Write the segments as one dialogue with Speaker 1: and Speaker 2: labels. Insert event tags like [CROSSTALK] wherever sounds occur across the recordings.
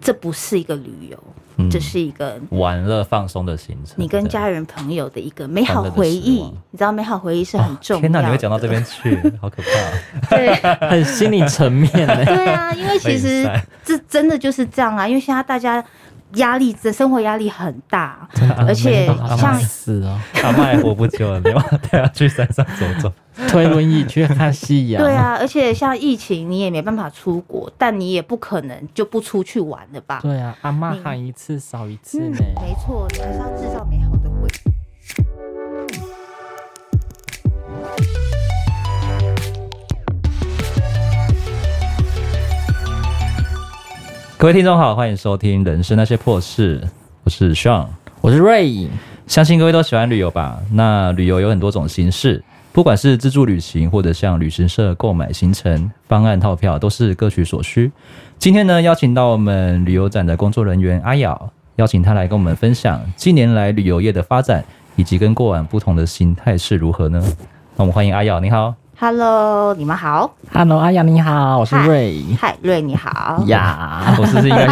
Speaker 1: 这不是一个旅游，
Speaker 2: 嗯
Speaker 1: 这是一个
Speaker 2: 玩乐放松的行程。
Speaker 1: 你跟
Speaker 2: 这样
Speaker 1: 家人朋友的一个美好
Speaker 2: 欢乐的
Speaker 1: 回忆
Speaker 2: 时光，
Speaker 1: 你知道美好回忆是很重要的。
Speaker 2: 哦天哪，你会讲到这边去，好可怕！ [LAUGHS]
Speaker 1: 对。
Speaker 3: 很心理层面呢、
Speaker 1: 对啊，因为其
Speaker 2: [LAUGHS]
Speaker 1: 实这真的就是这样啊，因为现在大家压力，这生活压力很大， [LAUGHS] 而且
Speaker 3: 阿嬷
Speaker 1: 像
Speaker 3: 死哦，
Speaker 2: 阿妈也活不久了，你要带她去山上走走。
Speaker 3: 推轮椅去看夕阳，
Speaker 1: 对，啊，而且像疫情，你也没办法出国，但你也不可能就不出去玩了吧？
Speaker 3: 对啊，阿妈喊一次少一次
Speaker 1: 嗯
Speaker 3: 呢、，
Speaker 1: 没错，你还是要制造美好的回忆。
Speaker 2: 各位听众好，欢迎收听《人生那些破事》，我是 Sean。
Speaker 3: 我是瑞颖，
Speaker 2: 相信各位都喜欢旅游吧？那旅游有很多种形式，不管是自助旅行，或者像旅行社购买行程方案、套票，都是各取所需。今天呢，邀请到我们旅游展的工作人员阿瑶，邀请她来跟我们分享近年来旅游业的发展，以及跟过往不同的形态是如何呢？那我们欢迎阿瑶，你好。
Speaker 1: Hello，你们好，
Speaker 3: Hello，阿阳你好，我是
Speaker 1: 嗨
Speaker 3: 瑞
Speaker 2: 嗯
Speaker 1: 嗨，瑞你好，
Speaker 3: 呀。
Speaker 2: 我是不是应该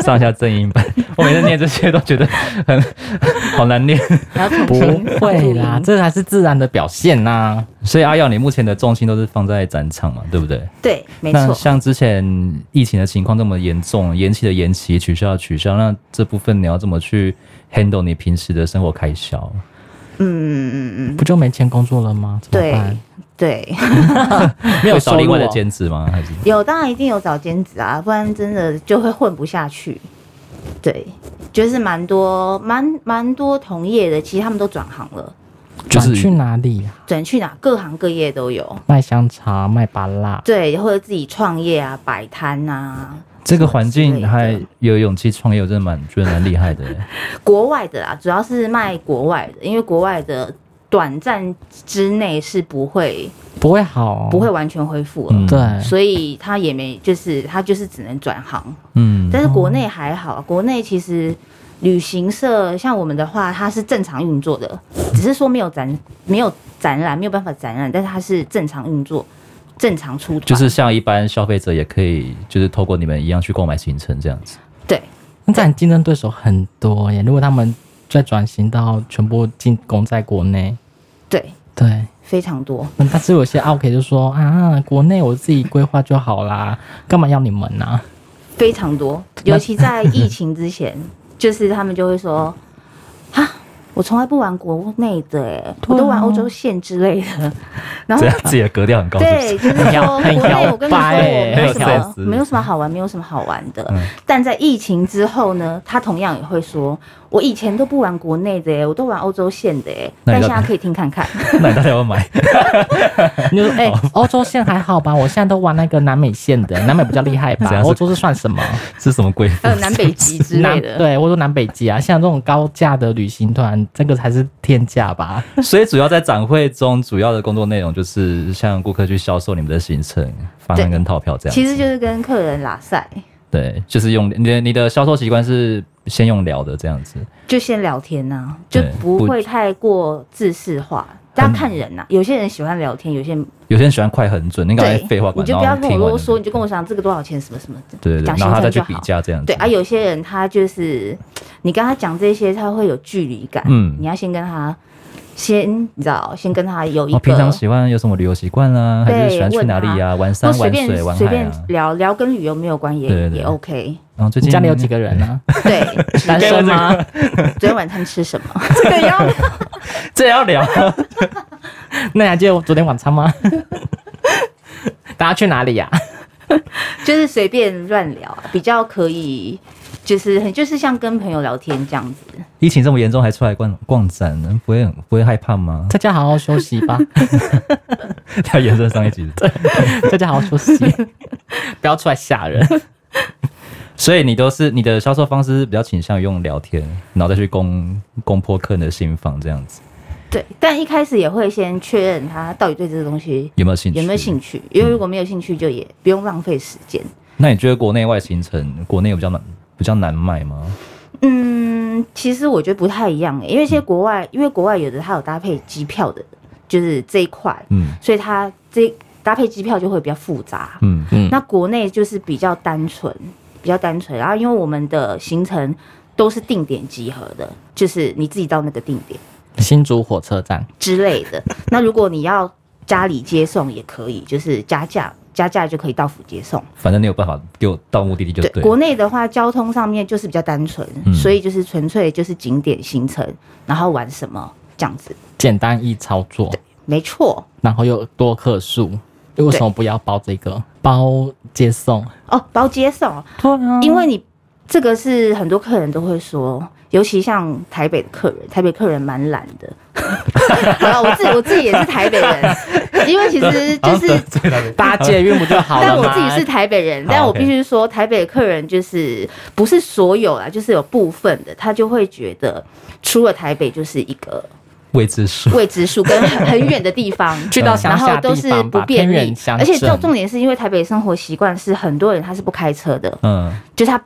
Speaker 2: 上一下正音班？我每次念这些都觉得很 [LAUGHS] 好难念。
Speaker 1: 然后重
Speaker 3: 不
Speaker 1: 新
Speaker 3: 会 [LAUGHS]
Speaker 1: 嗯
Speaker 3: 啦，这还是自然的表现呐、
Speaker 2: 所以阿耀，你目前的重心都是放在展场嘛，对不对？
Speaker 1: 对，没
Speaker 2: 那
Speaker 1: 错，
Speaker 2: 像之前疫情的情况这么严重，延期的延期，取消的取消，那这部分你要怎么去 handle 你平时的生活开销？
Speaker 1: 嗯嗯嗯嗯，
Speaker 3: 不就没钱工作了吗？怎么
Speaker 1: 对
Speaker 3: 办？
Speaker 1: 对。
Speaker 2: 没有找另外的
Speaker 3: 收入哦
Speaker 2: 兼职吗？还是
Speaker 1: 有，当然一定有找兼职啊，不然真的就会混不下去。对，就是蛮多蛮蛮多同业的，其实他们都转行了，
Speaker 2: 就
Speaker 3: 哦转去
Speaker 2: 是
Speaker 3: 哪里呀、
Speaker 1: 转去哪各行各业都有。
Speaker 3: 卖香肠、卖芭辣，
Speaker 1: 对，或者自己创业啊，摆摊啊，
Speaker 2: 这个环境
Speaker 1: 之
Speaker 2: 还
Speaker 1: 类的
Speaker 2: 有勇气创业，我真的蛮觉得蛮厉害的。
Speaker 1: 国外的啦，主要是卖国外的，因为国外的短暂之内是不会
Speaker 3: 不会好、哦，
Speaker 1: 不会，完全恢复了。
Speaker 2: 嗯，
Speaker 3: 对，
Speaker 1: 所以他也没，就是他就是只能转行，
Speaker 2: 嗯，
Speaker 1: [LAUGHS] 但是国内还好，国内其实旅行社像我们的话，它是正常运作的，只是说没有展没有展览，没有办法展览，但是它是正常运作，正常出团，
Speaker 2: 就是像一般消费者也可以，就是透过你们一样去购买行程这样子。
Speaker 1: 对
Speaker 3: 那这样竞争对手很多耶。如果他们再转型到全部进攻在国内，
Speaker 1: 对，
Speaker 3: 对，
Speaker 1: 非常多。
Speaker 3: 那但是有些 OK 就说啊，国内我自己规划就好啦，干嘛要你们呢、啊？
Speaker 1: 非常多，
Speaker 3: 那
Speaker 1: 尤其在疫情之前， [LAUGHS] 就是他们就会说，啊，我从来不玩国内的、
Speaker 2: 啊
Speaker 1: 欸，我都玩欧洲线之类的。然后
Speaker 2: 这样自己的格调很高，哦是不是
Speaker 1: 对，就是说国
Speaker 3: 很摇
Speaker 1: 内我跟你说
Speaker 3: 摆欸
Speaker 1: 我没有什
Speaker 2: 很有
Speaker 1: 么
Speaker 2: sense
Speaker 1: 没有什么好玩，没有什么好玩的
Speaker 2: 嗯。
Speaker 1: 但在疫情之后呢，他同样也会说，我以前都不玩国内的、欸，我都玩欧洲线的、欸，
Speaker 2: 那
Speaker 1: 但
Speaker 2: 你
Speaker 1: 现
Speaker 2: 就
Speaker 1: 在可以听
Speaker 2: [LAUGHS]
Speaker 1: 看看。
Speaker 2: 那你到底要不要买？
Speaker 3: 你就说哎，欧、洲线还好吧，我现在都玩那个南美线的，南美比较厉害
Speaker 2: 怎
Speaker 3: 吧？
Speaker 2: 样是
Speaker 3: 欧洲是算什么？
Speaker 2: 是什么贵妇
Speaker 1: 还？有呃南北极之类
Speaker 3: 南
Speaker 1: 的，
Speaker 3: 对，或者说南北极啊，像这种高价的旅行团，这个才是天价吧？
Speaker 2: [LAUGHS] 所以主要在展会中，主要的工作内容就是向顾客去销售你们的行程方案
Speaker 1: 对
Speaker 2: 跟套票这样。
Speaker 1: 其实就是跟客人拉塞，
Speaker 2: 对，就是用你的你的销售习惯是先用聊的这样子，
Speaker 1: 就先聊天呐、就
Speaker 2: 对
Speaker 1: 不
Speaker 2: 不嗯
Speaker 1: 会太过自视化。大家看人呐、有些人喜欢聊天，有些人
Speaker 2: 有些人喜欢快很准，你赶
Speaker 1: 对
Speaker 2: 快废话，
Speaker 1: 你
Speaker 2: 管
Speaker 1: 就
Speaker 2: 然
Speaker 1: 不要
Speaker 2: 后
Speaker 1: 跟我
Speaker 2: 听完
Speaker 1: 啰
Speaker 2: 了。
Speaker 1: 嗦，你就跟我讲这个多少钱，什么什么的，
Speaker 2: 对对对，
Speaker 1: 讲
Speaker 2: 然后他
Speaker 1: 行
Speaker 2: 再
Speaker 1: 程
Speaker 2: 去
Speaker 1: 就
Speaker 2: 比
Speaker 1: 好。
Speaker 2: 价这样子。
Speaker 1: 对啊，有些人他就是你跟他讲这些，他会有距离感。
Speaker 2: 嗯
Speaker 1: 你要先跟他先，你知道，先跟他有一
Speaker 2: 哦，
Speaker 1: 个，
Speaker 2: 平常喜欢有什么旅游习惯啦，
Speaker 1: 对
Speaker 2: 还是喜欢去
Speaker 1: 问
Speaker 2: 哪里呀、玩
Speaker 1: 或
Speaker 2: 山、
Speaker 1: 随
Speaker 2: 玩
Speaker 1: 便
Speaker 2: 水、玩海
Speaker 1: 随便
Speaker 2: 啊。
Speaker 1: 聊聊，跟旅游没有关也
Speaker 2: 对对对
Speaker 1: 也 OK。
Speaker 2: 然后最
Speaker 3: 你
Speaker 2: 近
Speaker 3: 家里有几个人啊？
Speaker 1: 对，
Speaker 2: [LAUGHS]
Speaker 3: 单身吗？
Speaker 1: [LAUGHS] 昨天晚餐吃什么？这个要
Speaker 2: 这也要聊？
Speaker 3: [LAUGHS] 那你还记得我昨天晚餐吗？大家去哪里啊呀、
Speaker 1: 就是随便乱聊啊，比较可以，就是很就是像跟朋友聊天这样子。
Speaker 2: 疫情这么严重还出来逛逛展，不会很不会害怕
Speaker 1: [LAUGHS]
Speaker 2: 吗？
Speaker 3: 在家好好休 [LAUGHS] 息吧，
Speaker 2: 他延伸上一集，
Speaker 3: 在家好好休息，不要出来吓人。
Speaker 2: 所以你都是你的销售方式比较倾向于用聊天，然后再去攻攻破客人的心房这样子，
Speaker 1: 对，但一开始也会先确认他到底对这个东西
Speaker 2: 有没有兴趣？
Speaker 1: 有没有兴趣，因为如果没有兴趣，就也不用浪费时间。
Speaker 2: 那你觉得国内外行程，国内有比较难比较难卖吗？
Speaker 1: 嗯，其实我觉得不太一样、欸，因为
Speaker 2: 嗯
Speaker 1: 现在国外，因为国外有的它有搭配机票的，就是这一块，
Speaker 2: 嗯
Speaker 1: 所以它这搭配机票就会比较复杂。
Speaker 2: 嗯，
Speaker 3: 嗯，
Speaker 1: 那国内就是比较单纯，比较单纯。然后因为我们的行程都是定点集合的，就是你自己到那个定点
Speaker 3: 新竹火车站，
Speaker 1: 之类的。那如果你要家里接送也可以，就是加价加价就可以到府接送。
Speaker 2: 反正你有办法丢到目的地就对
Speaker 1: 国
Speaker 2: 了。
Speaker 1: 内的话，交通上面就是比较单纯，
Speaker 2: 嗯
Speaker 1: 所以就是纯粹就是景点行程，然后玩什么这样子。
Speaker 3: 简单易操作，
Speaker 1: 没错
Speaker 3: 然后又多客数，为什么不要包这个？包接送？
Speaker 1: 哦，包接送，
Speaker 3: 对啊
Speaker 1: 因为你这个是很多客人都会说，尤其像台北的客人，台北客人蛮懒的。 [LAUGHS] 好了，我自己我自己也是台北人，因为其实
Speaker 2: [LAUGHS]
Speaker 1: 就是
Speaker 2: 最大的
Speaker 3: 搭捷运不就好
Speaker 1: [LAUGHS] 但
Speaker 3: 了
Speaker 1: 我
Speaker 3: 吗？
Speaker 1: 自己是台北人，但
Speaker 2: 好
Speaker 1: 我
Speaker 2: ，OK
Speaker 1: 必须说，台北客人就是不是所有啦，就是有部分的，他就会觉得出了台北就是一个
Speaker 2: 未知数，
Speaker 1: [LAUGHS] 未知数跟很很远的地方，
Speaker 3: [LAUGHS] 去到乡
Speaker 1: 然后
Speaker 3: 下地
Speaker 1: 都是
Speaker 3: 方
Speaker 1: 不
Speaker 3: 吧，
Speaker 1: 便
Speaker 3: 偏
Speaker 1: 利
Speaker 3: 远，乡
Speaker 1: 而且重
Speaker 3: 镇，
Speaker 1: 重点是因为台北生活习惯是很多人他是不开车的，
Speaker 2: 嗯，
Speaker 1: 就是他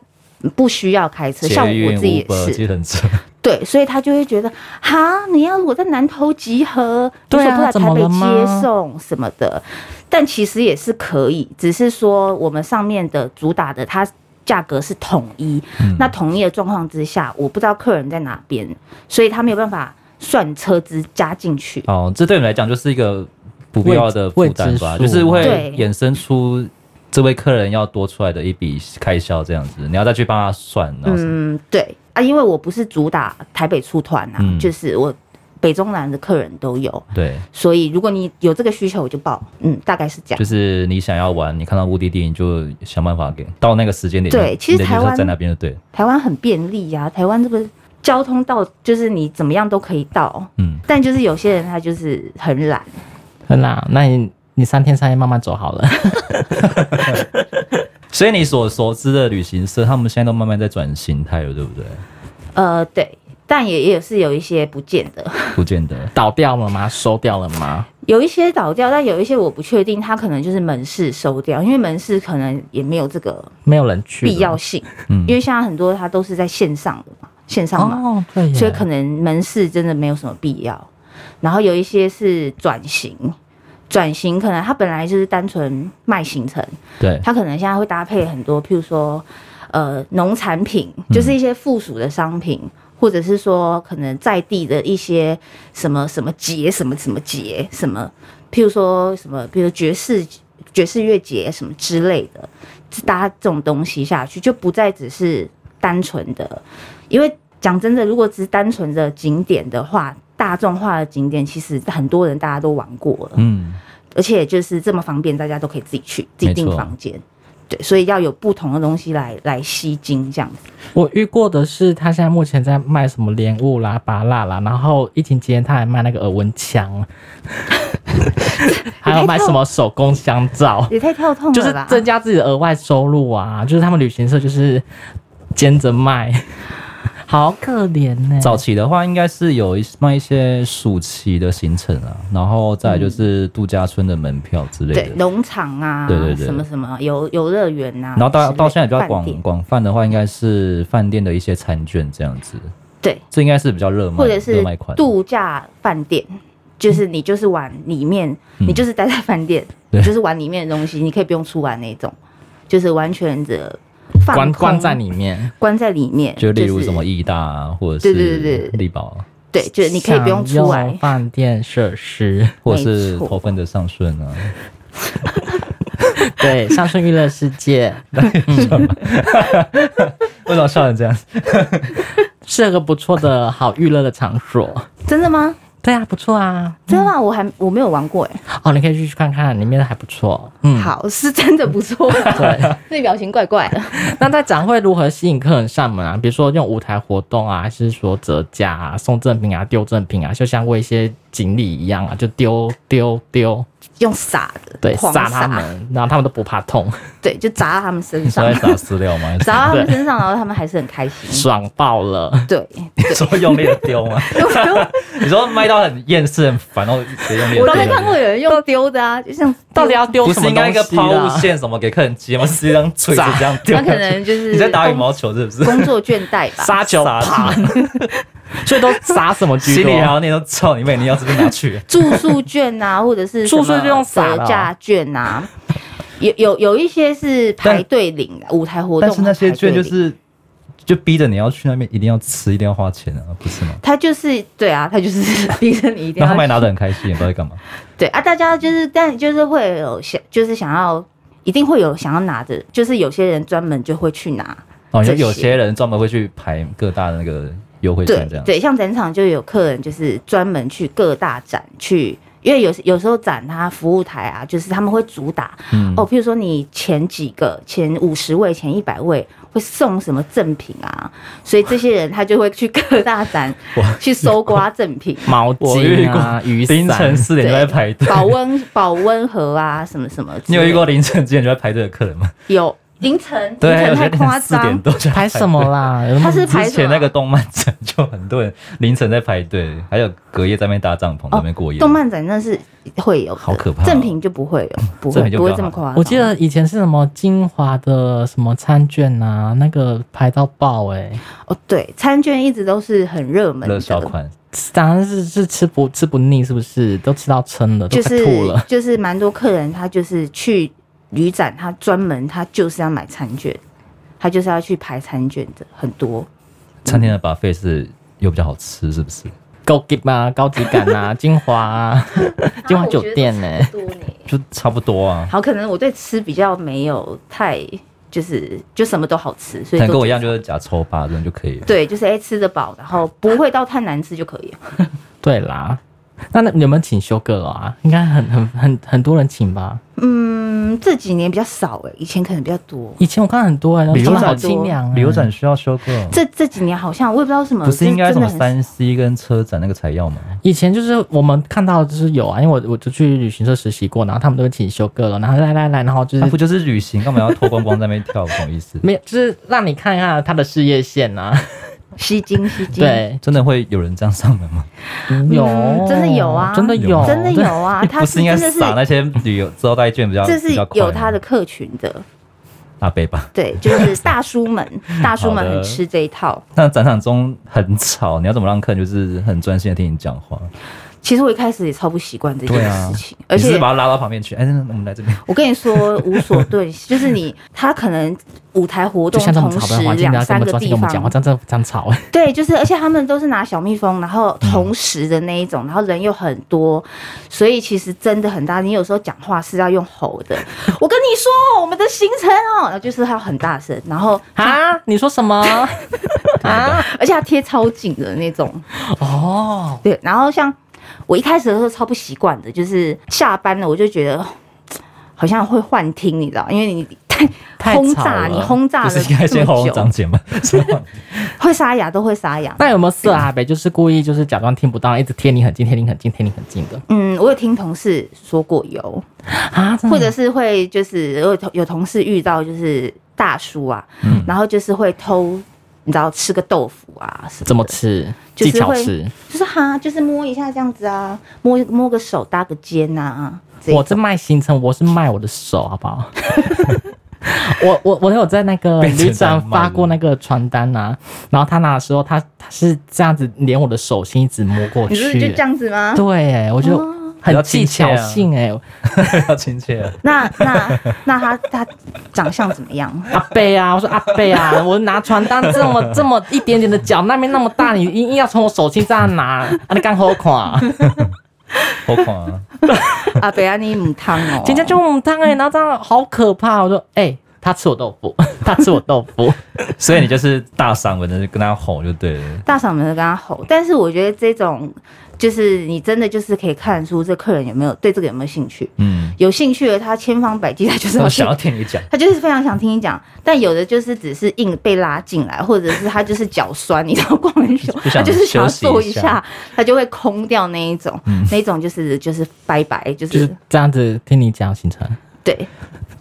Speaker 1: 不需要开车，
Speaker 2: 捷
Speaker 1: 像我
Speaker 2: 运、
Speaker 1: 自己也
Speaker 2: Uber
Speaker 1: 是，
Speaker 2: 计程车，
Speaker 1: 对，所以他就会觉得哈，你要我在南投集合，
Speaker 3: 对啊
Speaker 1: 为什
Speaker 3: 怎
Speaker 1: 么
Speaker 3: 么
Speaker 1: 不来
Speaker 3: 了
Speaker 1: 台
Speaker 3: 吗
Speaker 1: 北接送什么的，但其实也是可以，只是说我们上面的主打的它。价格是统一，
Speaker 2: 嗯
Speaker 1: 那统一的状况之下，我不知道客人在哪边，所以他没有办法算车资加进去。
Speaker 2: [LAUGHS] 哦，这对你来讲就是一个不必要的负担吧，
Speaker 3: 未
Speaker 2: 就
Speaker 3: 知数
Speaker 2: 是会
Speaker 1: 对
Speaker 2: 衍生出这位客人要多出来的一笔开销这样子，你要再去帮他算，然后什么
Speaker 1: 嗯，对啊，因为我不是主打台北出团啊，
Speaker 2: 嗯
Speaker 1: 就是我北中南的客人都有，
Speaker 2: 对，
Speaker 1: 所以如果你有这个需求，我就报。嗯，大概是这样
Speaker 2: 就。是你想要玩，你看到目的地你就想办法给到那个时间点，
Speaker 1: 对
Speaker 2: 你
Speaker 1: 其实
Speaker 2: 你
Speaker 1: 台湾
Speaker 2: 就是在那边就对了，
Speaker 1: 台湾很便利呀、台湾这个交通到就是你怎么样都可以到，
Speaker 2: 嗯，
Speaker 1: 但就是有些人他就是很懒，
Speaker 3: 很啦，那你你三天三夜慢慢走好了。 [LAUGHS]
Speaker 2: 所以你所熟知的旅行社，他们现在都慢慢在转形态了，对不对？
Speaker 1: 呃，对，但也也是有一些不见的，
Speaker 2: 不见得，
Speaker 3: 倒掉了吗？收掉了吗？
Speaker 1: [LAUGHS] 有一些倒掉，但有一些我不确定，他可能就是门市收掉，因为门市可能也没有这个
Speaker 3: 没有人去了，
Speaker 1: 必要性，
Speaker 2: 嗯
Speaker 1: 因为现在很多它都是在线上的嘛，线上嘛。
Speaker 3: 哦，对耶，
Speaker 1: 所以可能门市真的没有什么必要。然后有一些是转型，转型可能他本来就是单纯卖行程，
Speaker 2: 对，
Speaker 1: 他可能现在会搭配很多，譬如说呃农产品，就是一些附属的商品。或者是说，可能在地的一些什么什么节、什么什么节、什么，譬如说什么，比如爵士爵士乐节什么之类的，搭这种东西下去，就不再只是单纯的因为讲真的，如果只是单纯的景点的话，大众化的景点其实很多人大家都玩过了，
Speaker 2: 嗯，
Speaker 1: 而且就是这么方便，大家都可以自己去自己订
Speaker 2: 没错
Speaker 1: 房间。对，所以要有不同的东西来来吸睛这样子。
Speaker 3: 我遇过的是，他现在目前在卖什么莲雾啦、拔蜡啦，然后疫情期间他还卖那个耳
Speaker 1: [LAUGHS]
Speaker 3: 温枪，还有卖什么手工香皂，
Speaker 1: 也太跳痛
Speaker 3: 就
Speaker 1: 了
Speaker 3: 是
Speaker 1: 吧？
Speaker 3: 增加自己的额外收入啊。 [LAUGHS] 就是他们旅行社就是兼着卖， [LAUGHS] 好可怜呢、
Speaker 2: 早期的话，应该是有一卖一些暑期的行程啊，然后再来就是度假村的门票之类的。
Speaker 1: 对，农场啊，
Speaker 2: 对对对
Speaker 1: 什么什么游游乐园呐、啊，
Speaker 2: 然后到
Speaker 1: 之类
Speaker 2: 到现在比较
Speaker 1: 饭
Speaker 2: 广
Speaker 1: 店
Speaker 2: 广泛的话，应该是饭店的一些餐券这样子，
Speaker 1: 对，
Speaker 2: 这应该是比较热卖，
Speaker 1: 或者是
Speaker 2: 热卖款。
Speaker 1: 度假饭店，就是你就是玩里面，
Speaker 2: 嗯
Speaker 1: 你就是待在饭店，
Speaker 2: [LAUGHS] 对
Speaker 1: 你就是玩里面的东西，你可以不用出来那种，就是完全的放
Speaker 3: 关
Speaker 1: 空
Speaker 3: 关在里面，
Speaker 1: 关在里面，
Speaker 2: 就例如
Speaker 1: 是
Speaker 2: 什么义大啊，或者
Speaker 1: 对对对
Speaker 2: 是
Speaker 1: 对对
Speaker 2: 力宝啊，
Speaker 1: 对，就是你可以不用出
Speaker 3: 享
Speaker 1: 来
Speaker 3: 用，饭店设
Speaker 1: [LAUGHS]
Speaker 3: 施，
Speaker 2: 或者是
Speaker 1: 没错
Speaker 2: 头份的上顺啊，
Speaker 1: [LAUGHS]
Speaker 3: 对，上顺娱乐世
Speaker 1: [LAUGHS]
Speaker 3: 界。
Speaker 1: 嗯
Speaker 3: [LAUGHS]
Speaker 2: 为什么笑
Speaker 1: [LAUGHS]
Speaker 2: 成这样？
Speaker 3: 是个不错的好娱乐的场所。
Speaker 1: 真的吗？
Speaker 3: 对啊，不错啊。
Speaker 1: 真的吗？我还我没有玩过哎、
Speaker 3: 哦，你可以去看看，里面的还不错。嗯，
Speaker 1: 好，是真的不错、 [LAUGHS]
Speaker 3: 对。
Speaker 1: 那表情怪怪的。
Speaker 3: [LAUGHS] 那在展会如何吸引客人上门啊？比如说用舞台活动啊，还是说折价啊、送赠品啊、丢赠品啊，就像为一些锦鲤一样啊，就丢丢丢，
Speaker 1: 用撒的，
Speaker 3: 对，
Speaker 1: 狂
Speaker 3: 撒他们，然后他们都不怕痛， [LAUGHS]
Speaker 1: 对，就砸到他们身
Speaker 2: 你是
Speaker 1: 上
Speaker 2: [LAUGHS] 在，撒饲料吗？
Speaker 1: 砸到他们身上，然后他们还是很开心。
Speaker 3: 爽爆了。
Speaker 2: [LAUGHS]
Speaker 1: 对，
Speaker 2: 你说用力的丢吗？ [LAUGHS] 你说卖到很厌世、很烦，然后直接用力地丢。
Speaker 1: 我真的看过有人用丢的啊，就像
Speaker 3: 到底要丢
Speaker 2: 不
Speaker 3: 什
Speaker 2: 是
Speaker 3: 么
Speaker 2: 应该一个
Speaker 3: 东西啊
Speaker 2: 抛物
Speaker 3: [LAUGHS]
Speaker 2: 线什么给客人接吗？是一张锤子这样丢
Speaker 1: 那
Speaker 2: 下
Speaker 1: 可
Speaker 2: 去。
Speaker 1: 能就是
Speaker 2: 你在打羽毛球是不 [LAUGHS] 是？
Speaker 1: 工作倦怠吧。
Speaker 3: 杀球
Speaker 2: 撒
Speaker 3: 啪， [LAUGHS] 所以都撒什么居
Speaker 2: 心里还
Speaker 3: 多？
Speaker 2: 要念说操你妹，你要这边拿去。 [LAUGHS]
Speaker 1: 住宿券啊，或者是什么
Speaker 3: 住宿就用撒的哦
Speaker 1: 折价券啊。有有有一些是排队领的舞台活动，
Speaker 2: 但是那些券就
Speaker 1: 排队领
Speaker 2: 是就逼着你要去那边，一定要吃，一定要花钱啊，不是吗？
Speaker 1: 他就是对啊，他就是 [LAUGHS] 逼着你一定
Speaker 2: 然
Speaker 1: 要
Speaker 2: 后他们还拿得很开心，也不知道在干嘛。
Speaker 1: 对啊，大家就是但就是会有想就是想要一定会有想要拿的，就是有些人专门就会去拿，
Speaker 2: 哦，有
Speaker 1: 这些
Speaker 2: 有些人专门会去排各大的那个优惠
Speaker 1: 对
Speaker 2: 券这样。
Speaker 1: 对，像展场就有客人就是专门去各大展去，因为有有时候展它服务台啊，就是他们会主打、
Speaker 2: 嗯
Speaker 1: 哦，譬如说你前几个、前五十位、前一百位会送什么赠品啊，所以这些人他就会去各大
Speaker 2: [LAUGHS]
Speaker 1: 展去搜刮赠品。
Speaker 3: 毛
Speaker 2: 我遇
Speaker 3: 巾啊、雨
Speaker 2: 凌晨
Speaker 3: 伞，
Speaker 2: 四点就在排队。
Speaker 1: 保温保温盒啊，什么什么之
Speaker 2: [LAUGHS] 你
Speaker 1: 类
Speaker 2: 有
Speaker 1: 的，
Speaker 2: 遇过凌晨之前就在排队的客人吗？
Speaker 1: 有凌晨凌
Speaker 2: 对，有
Speaker 1: 晨
Speaker 2: 些
Speaker 1: 太
Speaker 2: 凌
Speaker 1: 夸
Speaker 2: 晨四点
Speaker 1: 张，
Speaker 2: 多就在
Speaker 3: 排
Speaker 2: 队
Speaker 3: 什么？啦？有那么
Speaker 1: 他是排
Speaker 2: 之
Speaker 1: 什
Speaker 2: 前
Speaker 1: 么啊
Speaker 2: 那个动漫展就很多人凌晨在排队，还有隔夜在那边搭帐篷在那边过夜。
Speaker 1: 哦嗯动漫展那是会有的，
Speaker 2: 好可怕哦
Speaker 1: 赠品就不会有，不
Speaker 2: 赠
Speaker 1: 会
Speaker 2: 品就
Speaker 1: 不会
Speaker 2: 比较
Speaker 1: 这么
Speaker 2: 好
Speaker 1: 夸张。
Speaker 3: 我记得以前是什么精华的什么餐券啊，那个排到爆哎、
Speaker 1: 哦，对，餐券一直都是很热门
Speaker 2: 热
Speaker 1: 的，
Speaker 2: 销款，
Speaker 3: 当然是是吃不吃不腻，是不是？都吃到撑了，都
Speaker 1: 就
Speaker 3: 快
Speaker 1: 是
Speaker 3: 吐了。 [LAUGHS]
Speaker 1: 就是蛮多客人他就是去旅展，他专门他就是要买餐券，他就是要去排餐券的，很多。
Speaker 2: 餐厅的 buffet 是又比较好吃，是不是？
Speaker 3: 高级啊，高级感
Speaker 1: [LAUGHS]
Speaker 3: 啊，精华啊，精华酒店呢、
Speaker 1: 啊
Speaker 2: 就差不多啊。
Speaker 1: 好，可能我对吃比较没有太就是就什么都好吃，所
Speaker 2: 可
Speaker 1: 以
Speaker 2: 能跟
Speaker 1: 就
Speaker 2: 我一样，就是假抽八这样就可以了。
Speaker 1: 对，就是哎、吃得饱，然后不会到太难吃就可以了。
Speaker 3: 对啦，那那你有没有请休哥了啊？应该很很很很多人请吧？
Speaker 1: 嗯，这几年比较少哎、以前可能比较多。
Speaker 3: 以前我看很多人，
Speaker 2: 旅游
Speaker 3: 他们
Speaker 2: 展
Speaker 3: 好清凉、啊。
Speaker 2: 旅游展需要修过，
Speaker 1: 这这几年好像我也不知道为什么，
Speaker 2: 不是应该什
Speaker 1: 真
Speaker 2: 么
Speaker 1: 的很
Speaker 2: 三 C 跟车展那个才要吗？
Speaker 3: 以前就是我们看到就是有啊，因为我我就去旅行社实习过，然后他们都会请休哥了，然后来来来，然后就
Speaker 2: 那
Speaker 3: 是
Speaker 2: 不就是旅行，干嘛要脱光光在那边跳？不好
Speaker 1: [LAUGHS]
Speaker 2: 意思，
Speaker 3: 没有，就是让你看一下他的事业线呐、啊。
Speaker 1: 吸睛吸睛，
Speaker 3: 对，
Speaker 2: 真的会有人这样上门吗？
Speaker 3: 有、
Speaker 1: 嗯真的有啊
Speaker 3: 真的有，
Speaker 1: 真的有
Speaker 2: [LAUGHS]
Speaker 1: 啊，他
Speaker 2: 不是应该
Speaker 1: 真的是
Speaker 2: 撒那些旅游招待券比较
Speaker 1: 这是
Speaker 2: 比较快吗
Speaker 1: 有他的客群的，
Speaker 2: 阿贝吧？
Speaker 1: 对，就是大叔
Speaker 2: [LAUGHS]
Speaker 1: 们，大叔们
Speaker 2: 好的
Speaker 1: 很吃这一套。
Speaker 2: 那展场中很吵，你要怎么让客人就是很专心的听你讲话？
Speaker 1: 其实我一开始也超不习惯这
Speaker 2: 对
Speaker 1: 件
Speaker 2: 啊
Speaker 1: 事情，而
Speaker 2: 你是不
Speaker 1: 且
Speaker 2: 是把他拉到旁边去，哎，那我们来这边。
Speaker 1: 我跟你说，无所遁形，就是你他可能舞台活
Speaker 3: 就
Speaker 1: 动
Speaker 3: 像这么
Speaker 1: 同
Speaker 3: 吵
Speaker 1: 时
Speaker 3: 的环境，你
Speaker 1: 两
Speaker 3: 要这
Speaker 1: 三
Speaker 3: 么
Speaker 1: 个
Speaker 3: 专心
Speaker 1: 地
Speaker 3: 跟我们讲
Speaker 1: 方，
Speaker 3: 话，这样真的非常吵哎、
Speaker 1: 对，就是而且他们都是拿小蜜蜂，然后
Speaker 2: 嗯
Speaker 1: 同时的那一种，然后人又很多，所以其实真的很大。你有时候讲话是要用吼的。我跟你说，我们的行程哦，然后就是要很大声，然
Speaker 2: [LAUGHS]
Speaker 1: 后
Speaker 3: 啊，你说什么？
Speaker 1: [LAUGHS]
Speaker 3: 啊，
Speaker 1: 而且要贴超紧的那种。
Speaker 3: 哦，
Speaker 1: 对，然后像我一开始的时候超不习惯的，就是下班了我就觉得哦好像会幻听，你知道，因为你
Speaker 2: [LAUGHS]
Speaker 1: 太
Speaker 3: 太
Speaker 1: 轰
Speaker 3: 吵
Speaker 1: 炸，
Speaker 3: 了
Speaker 1: 你轰炸
Speaker 2: 不
Speaker 1: 了
Speaker 2: 是应该
Speaker 1: 这
Speaker 2: 先喉
Speaker 1: 么
Speaker 2: 咙
Speaker 1: 久，
Speaker 2: 长
Speaker 1: [LAUGHS]
Speaker 2: 茧吗？ [LAUGHS] 什么
Speaker 1: 会沙哑都会沙哑。
Speaker 3: 那有没有色阿北？就是故意就是假装听不到，一直贴你很近，贴你很近，贴你很近的
Speaker 1: 嗯，我有听同事说过有，
Speaker 3: 啊？真的
Speaker 1: 或者是会就是有同有同事遇到就是大叔啊，
Speaker 3: 嗯
Speaker 1: 然后就是会偷，你知道吃个豆腐啊什么的，
Speaker 3: 怎么吃？
Speaker 1: 就是
Speaker 3: 技巧
Speaker 1: 会
Speaker 3: 吃。
Speaker 1: 就是哈，就是摸一下这样子啊，摸摸个手搭个肩啊，这
Speaker 3: 我是卖行程，我是卖我的手，好
Speaker 1: [LAUGHS]
Speaker 3: 不好？我我我有在那个
Speaker 2: 变成
Speaker 3: 旅展
Speaker 2: 在卖
Speaker 3: 发过那个传单啊，然后他拿的时候，他他是这样子连我的手心一直摸
Speaker 1: 你
Speaker 3: 过去，
Speaker 1: 是不是就这样子吗？哦
Speaker 3: 对、哎我就
Speaker 2: 比较
Speaker 3: 很
Speaker 2: 亲
Speaker 3: 技
Speaker 2: 切啊
Speaker 3: 巧性哎、
Speaker 2: 要亲切啊？
Speaker 1: 那那那他他长相怎么样？
Speaker 3: 阿贝啊，我说阿贝啊， [LAUGHS] 我拿传单这么这么一点点的脚，那边那么大，你硬硬要从我手心这样拿，啊你刚好看啊， [LAUGHS]
Speaker 2: 好狂啊！
Speaker 1: 阿北安尼母汤哦，
Speaker 3: 人家就母汤哎，然后这样好可怕，我说 [LAUGHS] 哎、他吃我豆腐，他吃我豆腐，
Speaker 2: 所以你就是大嗓门的跟他吼就对了。
Speaker 1: 大嗓门的跟他吼。但是我觉得这种就是你真的就是可以看出这客人有没有对这个有没有兴趣。
Speaker 2: 嗯，
Speaker 1: 有兴趣的他千方百计，他就是要
Speaker 2: 我
Speaker 3: 哦
Speaker 1: 去
Speaker 2: 想要听你讲。
Speaker 1: 他就是非常想听你讲，但有的就是只是硬被拉进来，或者是他就是脚酸，你知道逛很
Speaker 2: [LAUGHS]
Speaker 1: 久，
Speaker 2: 就
Speaker 1: 他
Speaker 2: 想
Speaker 1: 就是想要
Speaker 2: 休息一
Speaker 1: 坐一
Speaker 2: 下
Speaker 1: 下，他就会空掉那一种，那一种就是就是拜拜，就
Speaker 3: [LAUGHS] 就是是这样子听你讲行程。
Speaker 1: 对，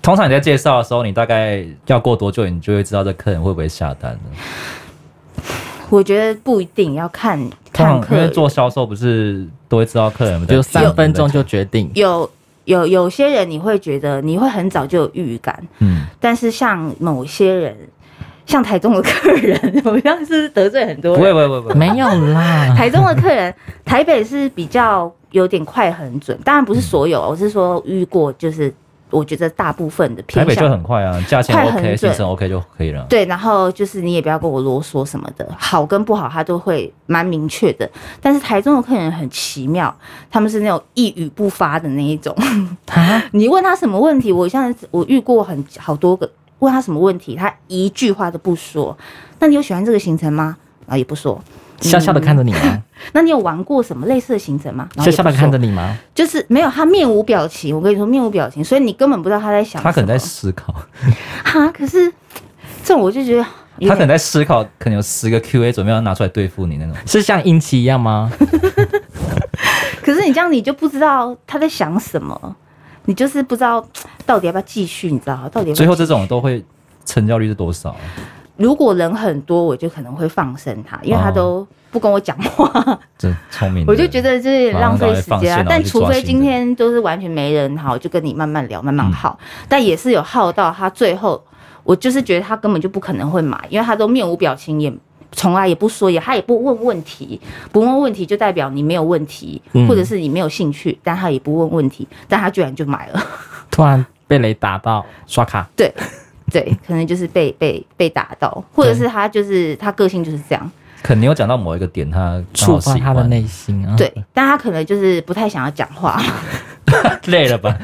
Speaker 2: 通常你在介绍的时候，你大概要过多久，你就会知道这客人会不会下单了。
Speaker 1: 我觉得不一定要看
Speaker 2: 通
Speaker 1: 看
Speaker 2: 常
Speaker 1: 客
Speaker 2: 因为
Speaker 1: 人，
Speaker 2: 做销售不是都会知道客人在
Speaker 3: 就三分钟就决定。
Speaker 1: 有有有些人你会觉得你会很早就有预感，
Speaker 2: 嗯，
Speaker 1: 但是像某些人，像台中的客人， [LAUGHS] 我像是不是得罪很
Speaker 2: 不
Speaker 1: 多人
Speaker 2: 会不会不会不会，
Speaker 3: 没有
Speaker 2: [LAUGHS]
Speaker 3: 啦，
Speaker 1: 台中的客人，
Speaker 2: 嗯
Speaker 1: 台北是比较有点快很准，当然不是所有，我是说遇过就是我觉得大部分的
Speaker 2: 台
Speaker 1: 偏
Speaker 2: 北就
Speaker 1: 向
Speaker 2: 很快啊，价钱
Speaker 1: 快很
Speaker 2: OK，
Speaker 1: 准
Speaker 2: 行程 OK 就可以了。
Speaker 1: 对，然后就是你也不要跟我啰嗦什么的，好跟不好他都会蛮明确的。但是台中的客人很奇妙，他们是那种一语不发的那一种。
Speaker 2: 啊
Speaker 1: [LAUGHS] 你问他什么问题，我像我遇过很好多个，问他什么问题，他一句话都不说。那你有喜欢这个行程吗？然后也不说。
Speaker 3: [LAUGHS] 笑笑的看着你吗？
Speaker 1: 那你有玩过什么类似的行程吗？然后
Speaker 3: [LAUGHS] 笑
Speaker 1: 也
Speaker 3: 笑
Speaker 1: 不
Speaker 3: 的看
Speaker 1: 说
Speaker 3: 着，你吗？
Speaker 1: 就是没有他面无表情。我跟你说面无表情，所以你根本不知道他在想什么。
Speaker 2: 他可能在思考，
Speaker 1: 哈，可是这种我就觉得有点
Speaker 2: 他可能在思考，可能有十个 QA 准备要拿出来对付你那种。
Speaker 3: 是像殷琦一样 [LAUGHS] 吗？
Speaker 1: 可是你这样，你就不知道他在想什么，你就是不知道到底要不要继续，你知道吗？到底要不要
Speaker 2: 最后
Speaker 1: 继
Speaker 2: 这
Speaker 1: 续
Speaker 2: 种都会成交率是多少？
Speaker 1: 如果人很多，我就可能会放生他，因为他
Speaker 2: 哦
Speaker 1: 都不跟我讲话，
Speaker 2: 这聪明的，
Speaker 1: 我就觉得就是浪费时
Speaker 2: 马上赶快放
Speaker 1: 间啊
Speaker 2: 线然。后
Speaker 1: 但
Speaker 2: 去
Speaker 1: 除
Speaker 2: 抓
Speaker 1: 非
Speaker 2: 新的嗯
Speaker 1: 今天就是完全没人好，我就跟你慢慢聊，慢慢耗，但也是有耗到他最后，我就是觉得他根本就不可能会买，因为他都面无表情也。从来也不说，也他也不问问题，不问问题就代表你没有问题，
Speaker 3: 嗯
Speaker 1: 或者是你没有兴趣，但他也不问问题，但他居然就买了。 [LAUGHS]
Speaker 3: 突然被雷打到刷卡，
Speaker 1: 对，对，可能就是被被被打到，或者是他就是他个性就是这样，
Speaker 2: 肯定有讲到某一个点，他
Speaker 3: 触
Speaker 2: 刚好
Speaker 3: 发
Speaker 2: 喜
Speaker 3: 他的
Speaker 2: 欢
Speaker 3: 内心
Speaker 2: 嗯
Speaker 3: 啊。
Speaker 1: 对，但他可能就是不太想要讲话。
Speaker 2: 累
Speaker 1: [LAUGHS]
Speaker 2: 了吧？ [LAUGHS]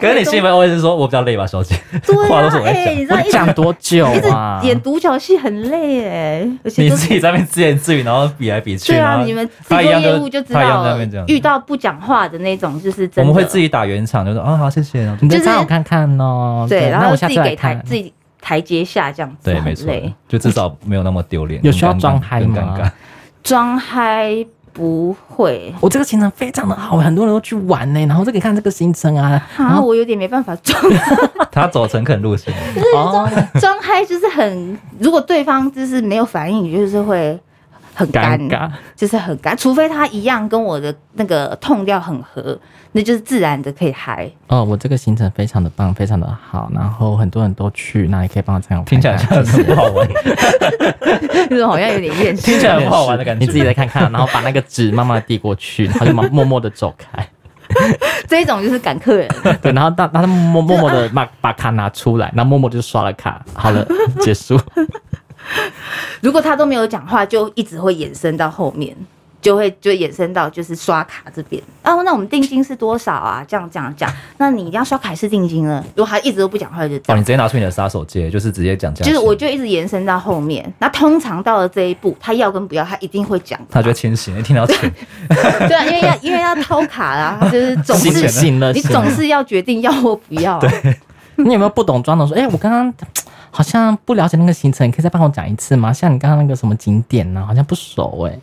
Speaker 2: 可是你心里面 always 说，我比较累吧，小姐。
Speaker 1: 对
Speaker 2: 话都
Speaker 1: 啊
Speaker 2: 是我，在
Speaker 1: 哎、
Speaker 2: 讲
Speaker 1: 你知道
Speaker 3: 我
Speaker 1: 一直
Speaker 3: 讲多久
Speaker 1: 一直
Speaker 3: 啊？
Speaker 1: 演独角戏很累哎、而且
Speaker 2: 你
Speaker 1: 都
Speaker 2: 自己在那边自言自语，然后比来比去，
Speaker 1: 对
Speaker 2: 然
Speaker 1: 啊，
Speaker 2: 后
Speaker 1: 你们制
Speaker 2: 他
Speaker 1: 作
Speaker 2: 一样
Speaker 1: 业务就知
Speaker 2: 他一
Speaker 1: 道
Speaker 2: 样在那
Speaker 1: 了
Speaker 2: 边这样，。
Speaker 1: 遇到不讲话的那种就是真的，
Speaker 2: 我们会自己打圆场，就说啊好谢谢，然后
Speaker 3: 你的
Speaker 1: 就是
Speaker 3: 账我看看哦。
Speaker 1: 对，然
Speaker 3: 那
Speaker 1: 后
Speaker 3: 我下
Speaker 1: 自己
Speaker 3: 次来
Speaker 1: 给台
Speaker 3: 看。
Speaker 1: 自己台阶下这样子，
Speaker 2: 对，
Speaker 1: 很
Speaker 2: 没错
Speaker 1: 累，
Speaker 2: 就至少没有那么丢脸，
Speaker 3: 有需要
Speaker 2: 更尴尬
Speaker 3: 装嗨
Speaker 2: 更
Speaker 3: 吗
Speaker 2: 尴尬，
Speaker 1: 装嗨不会。
Speaker 3: 我这个行程非常的好，很多人都去玩呢、然后这个你看这个行程啊，然
Speaker 1: 啊，
Speaker 3: 后
Speaker 1: 我有点没办法装
Speaker 2: [LAUGHS] 他走诚恳路线，
Speaker 3: 哦，
Speaker 1: 装嗨就是很，如果对方就是没有反应，你就是会很干，
Speaker 3: 尴尬。
Speaker 1: 就是很干。除非他一样跟我的那个痛调很合，那就是自然的可以嗨。
Speaker 3: 哦，我这个行程非常的棒，非常的好，然后很多人都去，那你可以帮我参考
Speaker 2: 听
Speaker 3: 看
Speaker 2: 起来
Speaker 3: 看。
Speaker 2: 像很不好
Speaker 3: [LAUGHS]
Speaker 2: 玩，
Speaker 1: 那种好像有点厌世。
Speaker 2: 听起来很不好玩的感觉。
Speaker 3: 你自己再看看，然后把那个纸慢慢地递过去，然后就默默的走开。
Speaker 1: 这种就是赶客人，
Speaker 3: 对，然后他他默默默的把把卡拿出来，然后默默就刷了卡，好了，结束。
Speaker 1: 如果他都没有讲话，就一直会延伸到后面。就会就延伸到就是刷卡这边啊，那我们定金是多少啊？这样这样这样，那你一定要刷卡还是定金呢？如果他一直都不讲话，就这
Speaker 2: 哦，
Speaker 1: 样
Speaker 2: 你直接拿出你的杀手锏，就是直接讲价
Speaker 1: 就
Speaker 2: 钱，
Speaker 1: 是我就一直延伸到后面。那通常到了这一步，他要跟不要，他一定会讲。
Speaker 2: 他就会清醒，一听到钱，
Speaker 3: [LAUGHS]
Speaker 1: 对啊，因为要因为要掏卡啦，他就是总
Speaker 2: 信
Speaker 1: 是
Speaker 2: 钱
Speaker 3: 醒了，
Speaker 1: 你
Speaker 3: 醒
Speaker 1: 总
Speaker 3: 了。
Speaker 1: 是要决定要或不要、啊。
Speaker 3: [LAUGHS] 你有没有不懂装懂说？哎、我刚刚好像不了解那个行程，你可以再帮我讲一次吗？像你刚刚那个什么景点呢、啊好像不熟哎、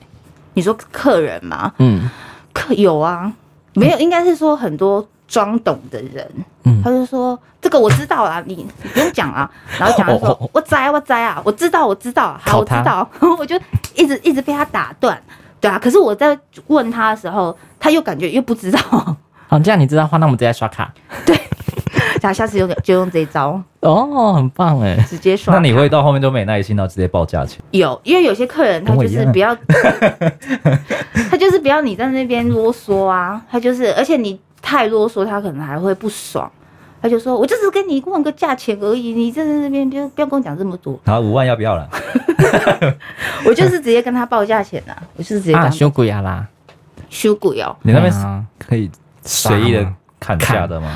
Speaker 1: 你说客人嘛，
Speaker 3: 嗯
Speaker 1: 客有啊，没有，应该是说很多装懂的人，
Speaker 3: 嗯
Speaker 1: 他就说这个我知道啦，你你不用讲
Speaker 3: [LAUGHS]
Speaker 1: 啊。然后讲他
Speaker 3: 哦哦哦
Speaker 1: 说我栽我栽啊，我知道我知道，好
Speaker 3: 考
Speaker 1: 我知
Speaker 3: 他
Speaker 1: 道， [LAUGHS] 我就一直一直被他打断。对啊，可是我在问他的时候，他又感觉又不知道， [LAUGHS]
Speaker 3: 好，这样你知道的话，那我们直接刷卡。
Speaker 1: 他下次用就用这一招，
Speaker 3: 哦，很棒
Speaker 2: 啊
Speaker 3: 哎、
Speaker 1: 直接刷
Speaker 2: 那。你会到后面都没耐心，然后直接报价钱，
Speaker 1: 有，因为有些客人他
Speaker 2: 跟我
Speaker 1: 就
Speaker 2: 一样
Speaker 1: 是不要， [LAUGHS] 他就是不要你在那边啰嗦啊，他就是，而且你太啰嗦，他可能还会不爽。他就说：“我就是跟你问个价钱而已，你站在那边不要不要跟我讲这么多，
Speaker 2: 然后五万要不要
Speaker 1: [LAUGHS]
Speaker 2: 了？
Speaker 1: 我就是直接跟他报价钱啊，我就是直接
Speaker 3: 啊，
Speaker 1: 讲
Speaker 3: 修鬼呀啦，
Speaker 1: 修鬼哦，
Speaker 2: 你那边
Speaker 3: 对啊
Speaker 2: 可以随意
Speaker 3: 杀
Speaker 2: 的
Speaker 3: 吗
Speaker 2: 砍价的吗？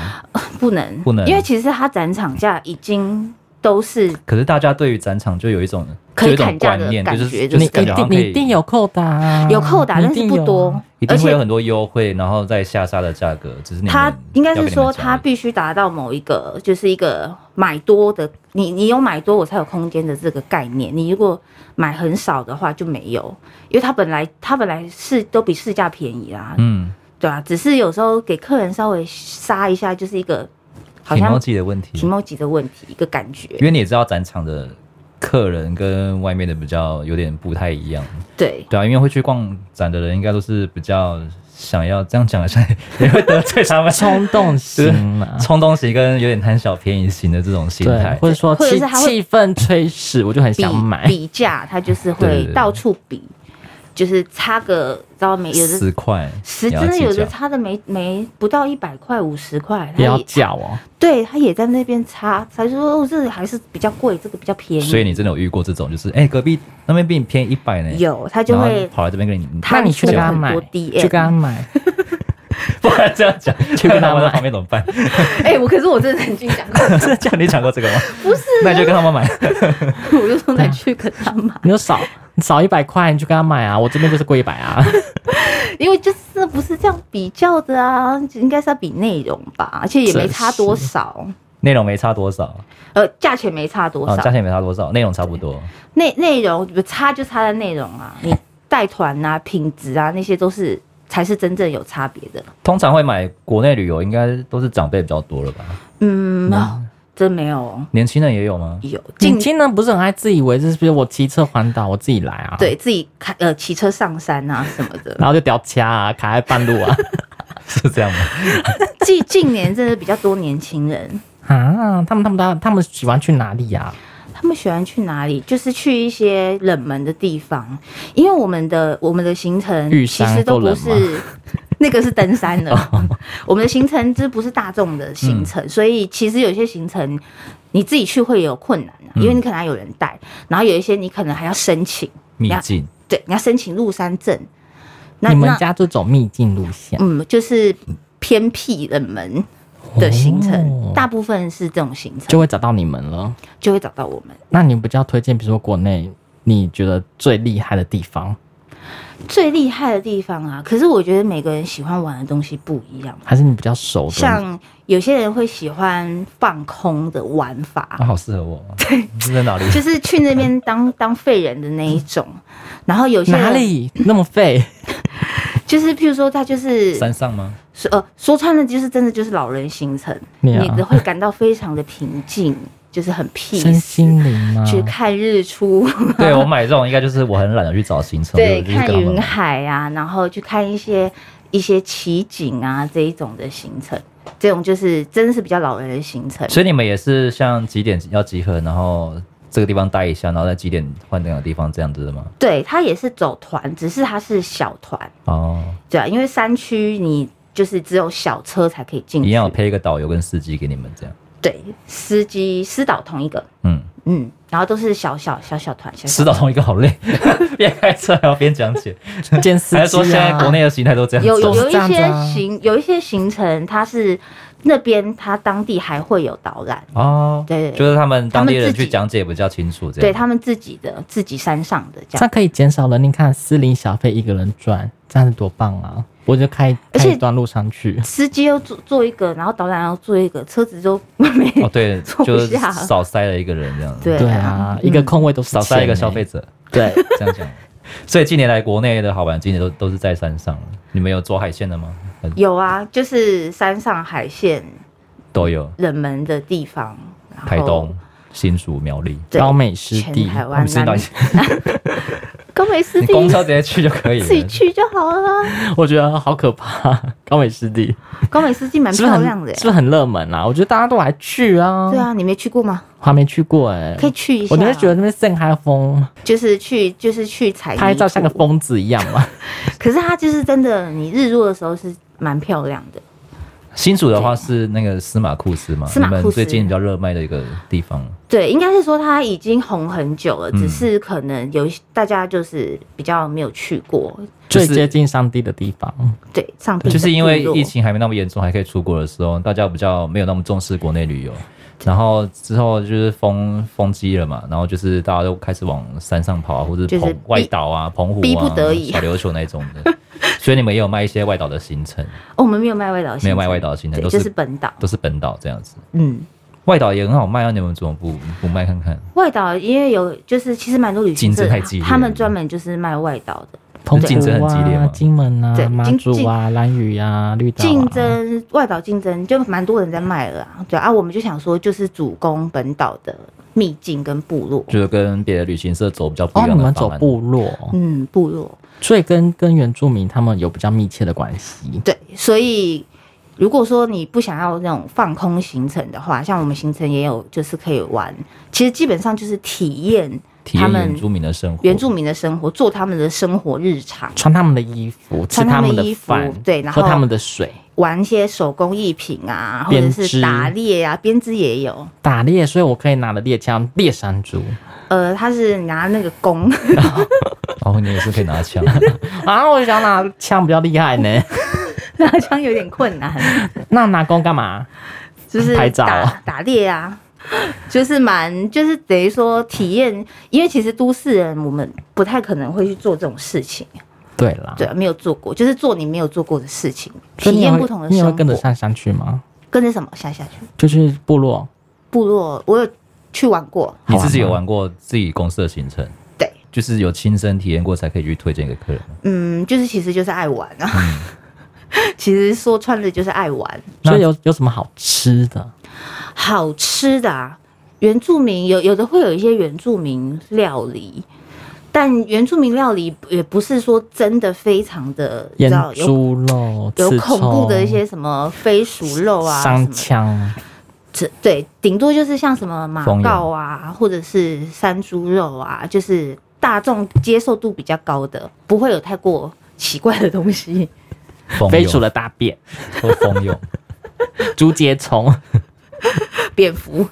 Speaker 1: 不能
Speaker 2: 不能
Speaker 1: 因为其实他展场价已经都是
Speaker 2: 可是大家对于展场就有一种
Speaker 1: 可
Speaker 2: 就
Speaker 1: 以
Speaker 2: 有一种
Speaker 1: 砍价
Speaker 2: 观
Speaker 1: 的
Speaker 2: 念，就
Speaker 1: 感
Speaker 2: 是
Speaker 1: 觉
Speaker 2: 就
Speaker 1: 就是
Speaker 3: 你一
Speaker 1: 是
Speaker 2: 感觉好
Speaker 3: 定
Speaker 2: 像可
Speaker 3: 你一
Speaker 2: 以
Speaker 3: 定有扣打、啊，
Speaker 1: 有扣打，
Speaker 3: 你
Speaker 1: 但
Speaker 3: 一
Speaker 1: 是
Speaker 3: 定
Speaker 1: 不
Speaker 3: 有啊
Speaker 1: 多，
Speaker 2: 一
Speaker 1: 而
Speaker 2: 定会
Speaker 1: 且
Speaker 2: 有很多优惠，然后再下杀的价格，只是你们
Speaker 1: 他应该是说他
Speaker 2: 要给
Speaker 1: 必须达到某一个，就是一个买多的，你你有买多我才有空间的这个概念。你如果买很少的话就没有，因为他本来他本来是都比市价便宜啦，
Speaker 2: 你们
Speaker 1: 对啊，只是有时候给客人稍微杀一下，就是一个好
Speaker 2: 讲嗯，体貌
Speaker 1: 像
Speaker 2: 记的问题，
Speaker 1: 提莫级的问题，一个感觉
Speaker 2: 因。为你也知道展场的客人跟外面的比较有点不太一样，
Speaker 1: 对，
Speaker 2: 对啊，因为会去逛展的人应该都是比较想要这样讲一下， [LAUGHS] 也会得罪他们。
Speaker 3: 冲动型嘛
Speaker 2: [LAUGHS] 冲动型跟有点贪小便宜型的这种心
Speaker 3: 对
Speaker 2: 态，
Speaker 3: 或。者说
Speaker 1: 或者
Speaker 3: 气
Speaker 1: 是他会
Speaker 3: 气氛催使，我就很
Speaker 1: 比
Speaker 3: 想买。
Speaker 1: 比价，他就是
Speaker 2: 对对
Speaker 1: 会
Speaker 2: 对
Speaker 1: 到处比。就是差个，知道没？有的
Speaker 2: 十块，
Speaker 1: 十
Speaker 2: 也要
Speaker 1: 真的
Speaker 2: 计
Speaker 1: 有的
Speaker 2: 较
Speaker 1: 差的没没不到一百块，五十块，他
Speaker 3: 也要
Speaker 1: 也
Speaker 3: 叫哦。
Speaker 1: 对他也在那边差，才说哦，这个还是比较贵，这个比较便
Speaker 2: 所以
Speaker 1: 宜。
Speaker 2: 你真的有遇过这种，就是哎、隔壁那边比你便宜一百呢，
Speaker 1: 有他就
Speaker 2: 然后
Speaker 1: 会
Speaker 2: 跑来这边跟你，
Speaker 1: 他
Speaker 3: 那你去
Speaker 1: 出
Speaker 3: 跟他
Speaker 1: 很
Speaker 3: 买
Speaker 1: 多，
Speaker 3: 去
Speaker 1: DM
Speaker 3: 跟他买，
Speaker 2: [LAUGHS] 不然这样
Speaker 1: [LAUGHS]
Speaker 2: 讲，
Speaker 3: 去跟他
Speaker 2: 们在
Speaker 3: 买
Speaker 2: 旁边怎么办？ [LAUGHS]
Speaker 1: 哎、我可是我真的曾经讲过，
Speaker 2: 真的假的？你讲过这个
Speaker 1: [LAUGHS]
Speaker 2: 吗？不是，那你就跟他们买。
Speaker 1: 我就说再去跟他买，
Speaker 3: 你就少你少一百块，你去跟他买啊。我这边就是贵一百啊。
Speaker 1: 因为就是不是这样比较的啊，应该是要比内容吧，而且也没差多少，
Speaker 2: 内容没差多少，
Speaker 1: 呃，价钱没差多
Speaker 2: 啊，价
Speaker 1: 少，
Speaker 2: 钱没差多少，内容差不多。
Speaker 1: 内内、容差就差在内容啊，你带团啊、品质啊那些都是才是真正有差别的。
Speaker 2: 通常会买国内旅游，应该都是长辈比较多了吧？
Speaker 1: 嗯，真没有
Speaker 2: 年轻人也有吗？ [LAUGHS]
Speaker 1: 有
Speaker 3: 近
Speaker 1: 近
Speaker 3: 亲人不是很爱自以为是，比如我骑车环岛，我自己来啊。，
Speaker 1: 对自己开呃骑车上山啊什么的。
Speaker 3: 然后就掉掐啊，卡在半路
Speaker 1: [LAUGHS]
Speaker 3: 啊。
Speaker 2: 是这样吗？
Speaker 1: 近近年真的比较多年轻人，
Speaker 3: 啊，他们他们他他们喜欢去哪里啊呀、
Speaker 1: 他们喜欢去哪里？就是去一些冷门的地方，因为我们的我们的行程
Speaker 3: 玉
Speaker 1: 其
Speaker 3: 山
Speaker 1: 实都不
Speaker 3: 够冷哦
Speaker 1: 是。那个是登山的，我们的行程这不是大众的行
Speaker 3: 嗯
Speaker 1: 程，所以其实有些行程你自己去会有困难、
Speaker 3: 嗯
Speaker 1: 啊，因为你可能还有人带，然后有一些你可能还要申请，
Speaker 2: 秘境，
Speaker 1: 对，你要申请入山证。那
Speaker 3: 你们
Speaker 1: 那
Speaker 3: 家就走秘境路线，
Speaker 1: 嗯，就是偏僻冷门的行程，
Speaker 3: 哦
Speaker 1: 大部分是这种行程
Speaker 3: 就会找到你们了。
Speaker 1: 就会找到我们。
Speaker 3: 那你比较推荐，比如说国内你觉得最厉害的地方，
Speaker 1: 最厉害的地方啊，可是我觉得每个人喜欢玩的东西不一样，
Speaker 3: 还是你比较熟的？
Speaker 1: 像有些人会喜欢放空的玩法
Speaker 3: 哦
Speaker 2: 啊，，好适合我。对，是在哪里？
Speaker 1: [LAUGHS] 就是去那边当 [LAUGHS] 当废人的那一种。然后有些
Speaker 3: 哪
Speaker 1: 人
Speaker 3: 里那么废？
Speaker 1: 就是，譬如说他就是
Speaker 2: 山上吗？
Speaker 1: 说呃说穿了就是真的就是老人行程，
Speaker 3: 你啊
Speaker 1: 你会感到非常的平静，就是很 peace，
Speaker 3: 身心啊灵吗？
Speaker 1: 去看日出。 [LAUGHS]
Speaker 2: 对我买这种应该就是我很懒得去找行程，
Speaker 1: 对，
Speaker 2: 我就就是
Speaker 1: 看
Speaker 2: 跟他们
Speaker 1: 云
Speaker 2: 买。
Speaker 1: 海啊，然后去看一些一些奇景啊这一种的行程，这种就是真的是比较老人的行程。
Speaker 2: 所以你们也是像几点要集合，然后这个地方待一下，然后在几点换那个地方这样子的吗？
Speaker 1: 对，他也是走团，只是他是小团，
Speaker 2: 哦，
Speaker 1: 对啊，因为山区你就是只有小车才可以进
Speaker 2: 一
Speaker 1: 去，
Speaker 2: 样有配一个导游跟司机给你们这样。
Speaker 1: 对，司机司导同一个，
Speaker 2: 嗯，
Speaker 1: 嗯，然后都是小小小小团，小小
Speaker 2: 司导同一个好累， [LAUGHS] 边开车还要边
Speaker 1: [LAUGHS]
Speaker 2: 讲解，
Speaker 3: 见司机、啊。
Speaker 2: 还是说现在国内的形态都这样
Speaker 1: 有
Speaker 2: 走
Speaker 1: 有有
Speaker 3: 都？是
Speaker 1: 一
Speaker 3: 这样子
Speaker 1: 些
Speaker 3: 啊
Speaker 1: 行有一些行程，它是那边它当地还会有导览，
Speaker 2: 哦，
Speaker 1: 对对对
Speaker 2: 就是他们当地
Speaker 1: 他
Speaker 2: 人
Speaker 1: 们自
Speaker 2: 去
Speaker 1: 己
Speaker 2: 讲解比较清楚，这样
Speaker 1: 对他们自己的自己山上的这
Speaker 3: 这
Speaker 1: 样
Speaker 3: 样。可以减少了，你看私领小费一个人赚，这样子多棒啊！我就开
Speaker 1: 而
Speaker 3: 开
Speaker 1: 且
Speaker 3: 一段路上去，
Speaker 1: 司机要做做一个，然后导览要做一个，车子都没。
Speaker 2: 哦，对，
Speaker 1: 坐
Speaker 2: 就是
Speaker 1: 不下
Speaker 2: 少塞了一个人这样，
Speaker 1: [LAUGHS] 对嗯
Speaker 3: 对啊，一个空位都是
Speaker 2: 少塞一个
Speaker 3: 钱欸
Speaker 2: 消费，者，
Speaker 3: 对，
Speaker 2: 这样讲。所以近年来国内的好玩景点都都是在山上，你们有做海鲜的吗？还是
Speaker 1: 有啊，就是山上海线
Speaker 2: 都有，
Speaker 1: 冷门的地方，然后
Speaker 2: 台东、新竹、苗栗，
Speaker 1: 对
Speaker 3: 高美湿
Speaker 1: 全
Speaker 3: 地，
Speaker 1: 台
Speaker 2: 我
Speaker 1: 湾
Speaker 2: 们是
Speaker 1: 南
Speaker 2: 到
Speaker 1: [LAUGHS] 高美湿
Speaker 2: 你
Speaker 1: 地
Speaker 2: 公车直接去就可以
Speaker 1: 自己
Speaker 2: 了。
Speaker 1: 去就好了啊。
Speaker 3: [LAUGHS] 我觉得好可怕，高美湿地
Speaker 1: 高美湿地蛮
Speaker 3: 是不是
Speaker 1: 漂
Speaker 3: 很
Speaker 1: 亮的耶
Speaker 3: 是不是很热门啊？我觉得大家都来去啊，
Speaker 1: 对，啊，你没去过吗？
Speaker 3: 还没去过哎，
Speaker 1: 可以去一下。
Speaker 3: 我就会觉得那边盛开风，
Speaker 1: 就是去就是去采
Speaker 3: 拍
Speaker 1: 泥
Speaker 3: 照像个
Speaker 1: 土
Speaker 3: 疯子一样
Speaker 1: [LAUGHS]
Speaker 3: 嘛。
Speaker 1: 可是它就是真的，你日落的时候是蛮漂亮的。
Speaker 2: 新竹的话是那个司马库斯嘛，
Speaker 1: 司马
Speaker 2: 你
Speaker 1: 库斯
Speaker 2: 们最近比较热卖的一个地方。
Speaker 1: 对，应该是说它已经红很久了，
Speaker 2: 嗯
Speaker 1: 只是可能有一些大家就是比较没有去过。
Speaker 2: 就是
Speaker 3: 最接近上帝的地方，
Speaker 1: [LAUGHS] 对，上帝的
Speaker 2: [LAUGHS] 就是因为
Speaker 1: 部落
Speaker 2: 疫情还没那么严重，还可以出国的时候，大家比较没有那么重视国内旅游。然后之后就是封封机了嘛，然后就是大家都开始往山上跑啊，或者
Speaker 1: 就是
Speaker 2: 澎
Speaker 1: 逼
Speaker 2: 外岛啊、澎湖啊、
Speaker 1: 逼不得已
Speaker 2: 小琉球那种的。所以你们也有卖一些外岛的行程，
Speaker 1: 哦，我们没有卖外岛，
Speaker 2: 没有卖外岛的行程，
Speaker 1: 对，
Speaker 2: 都、
Speaker 1: 就是是本岛。
Speaker 2: 都是本岛这样子。
Speaker 1: 嗯，
Speaker 2: 外岛也很好卖啊，你们怎么不不卖看看？
Speaker 1: 外岛因为有就是其实蛮多旅行社
Speaker 2: 竞争太激，烈
Speaker 1: 他们专门就是卖外岛的，
Speaker 3: 澎
Speaker 2: 竞争
Speaker 3: 湖
Speaker 2: 很激烈
Speaker 3: 啊
Speaker 2: 吗、
Speaker 3: 金门
Speaker 1: 对
Speaker 3: 啊、马
Speaker 1: 竞
Speaker 3: 祖啊、兰屿啊、绿岛啊
Speaker 1: 竞争外岛竞争就蛮多人在卖了啊。对啊，我们就想说就是主攻本岛的秘境跟部落，
Speaker 2: 就是跟别的旅行社走比较不一
Speaker 3: 哦，
Speaker 2: 样的
Speaker 3: 你们
Speaker 2: 方
Speaker 3: 走
Speaker 2: 案
Speaker 3: 部落，
Speaker 1: 嗯，部落
Speaker 3: 所以跟跟原住民他们有比较密切的关系。
Speaker 1: 对，所以如果说你不想要那种放空行程的话，像我们行程也有，就是可以玩，其实基本上就是体验
Speaker 2: 体验
Speaker 1: 他们
Speaker 2: 原住民的生活，
Speaker 1: 原住民的生活，做他们的生活日常，
Speaker 3: 穿他们的衣服，吃
Speaker 1: 穿他
Speaker 3: 们
Speaker 1: 们的
Speaker 3: 的
Speaker 1: 衣服
Speaker 3: 饭，
Speaker 1: 对然
Speaker 3: 喝
Speaker 1: 后
Speaker 3: 他们的水，
Speaker 1: 玩一些手工艺品啊，或
Speaker 3: 编
Speaker 1: 者
Speaker 3: 织
Speaker 1: 是打猎啊，编织也有。
Speaker 3: 打猎，所以我可以拿着猎枪猎山猪
Speaker 1: 呃，他是拿那个弓， [LAUGHS]
Speaker 2: 哦，你也是可以拿枪，
Speaker 3: 啊！我想拿枪比较厉害呢， [LAUGHS]
Speaker 1: 拿枪有点困难，
Speaker 3: 那拿弓干嘛？
Speaker 1: 就是
Speaker 3: 拍照
Speaker 1: 打打猎啊，就是蛮就是等于说体验，因为其实都市人我们不太可能会去做这种事情，
Speaker 3: 对啦，
Speaker 1: 对，没有做过，就是做你没有做过的事情，
Speaker 3: 啊所以
Speaker 1: 体
Speaker 3: 你也
Speaker 1: 验
Speaker 3: 会
Speaker 1: 不同的
Speaker 3: 你也
Speaker 1: 生
Speaker 3: 会
Speaker 1: 活，
Speaker 3: 跟着上山去吗？
Speaker 1: 跟着什么下下去
Speaker 3: 就去部落，
Speaker 1: 部落，我有去玩过，
Speaker 2: 你自己有玩过自己公司的行程，
Speaker 1: 对，
Speaker 2: 就是有亲身体验过才可以去推荐给客人吗。
Speaker 1: 嗯，就是其实就是爱玩啊，
Speaker 3: 嗯
Speaker 1: [LAUGHS] 其实说穿了就是爱玩，
Speaker 2: 那
Speaker 3: 所以有有什么好吃的？
Speaker 1: 好吃的啊，原住民有有的会有一些原住民料理，但原住民料理也不是说真的非常的，你
Speaker 3: 腌
Speaker 1: 知道有
Speaker 3: 猪肉、
Speaker 1: 有
Speaker 3: 刺
Speaker 1: 恐怖的一
Speaker 3: 葱
Speaker 1: 些什么飞鼠肉啊，什
Speaker 3: 商
Speaker 1: 么
Speaker 3: 枪，
Speaker 1: 这对，顶多就是像什么马
Speaker 2: 蜂蛹
Speaker 1: 告啊，或者是山猪肉啊，就是大众接受度比较高的，不会有太过奇怪的东西。 [LAUGHS]
Speaker 2: 蜂
Speaker 3: 飞鼠
Speaker 2: 蛹
Speaker 3: 的大便、
Speaker 2: 或蜂蛹，
Speaker 3: 竹节虫， [LAUGHS]
Speaker 1: 蝙蝠，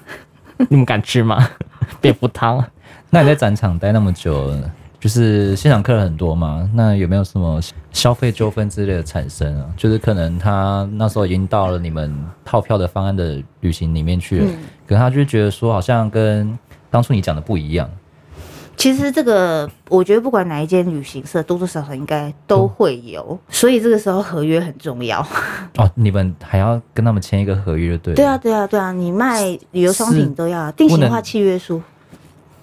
Speaker 3: 你们敢吃吗？ [LAUGHS] 蝙蝠汤，
Speaker 2: 那你在展场待那么久，就是现场客人很多嘛？那有没有什么消费纠纷之类的产生啊？就是可能他那时候已经到了你们套票的方案的旅行里面去了，
Speaker 1: 嗯
Speaker 2: 可他就觉得说好像跟当初你讲的不一样，
Speaker 1: 其实这个我觉得不管哪一间旅行社，多多少少应该都会有，
Speaker 2: 嗯
Speaker 1: 所以这个时候合约很重要。
Speaker 2: 哦，你们还要跟他们签一个合约，就对了
Speaker 1: 对啊，，对啊，对啊，你卖旅游商
Speaker 2: 是
Speaker 1: 品都要定型
Speaker 2: 不
Speaker 1: 化
Speaker 2: 能
Speaker 1: 契约书。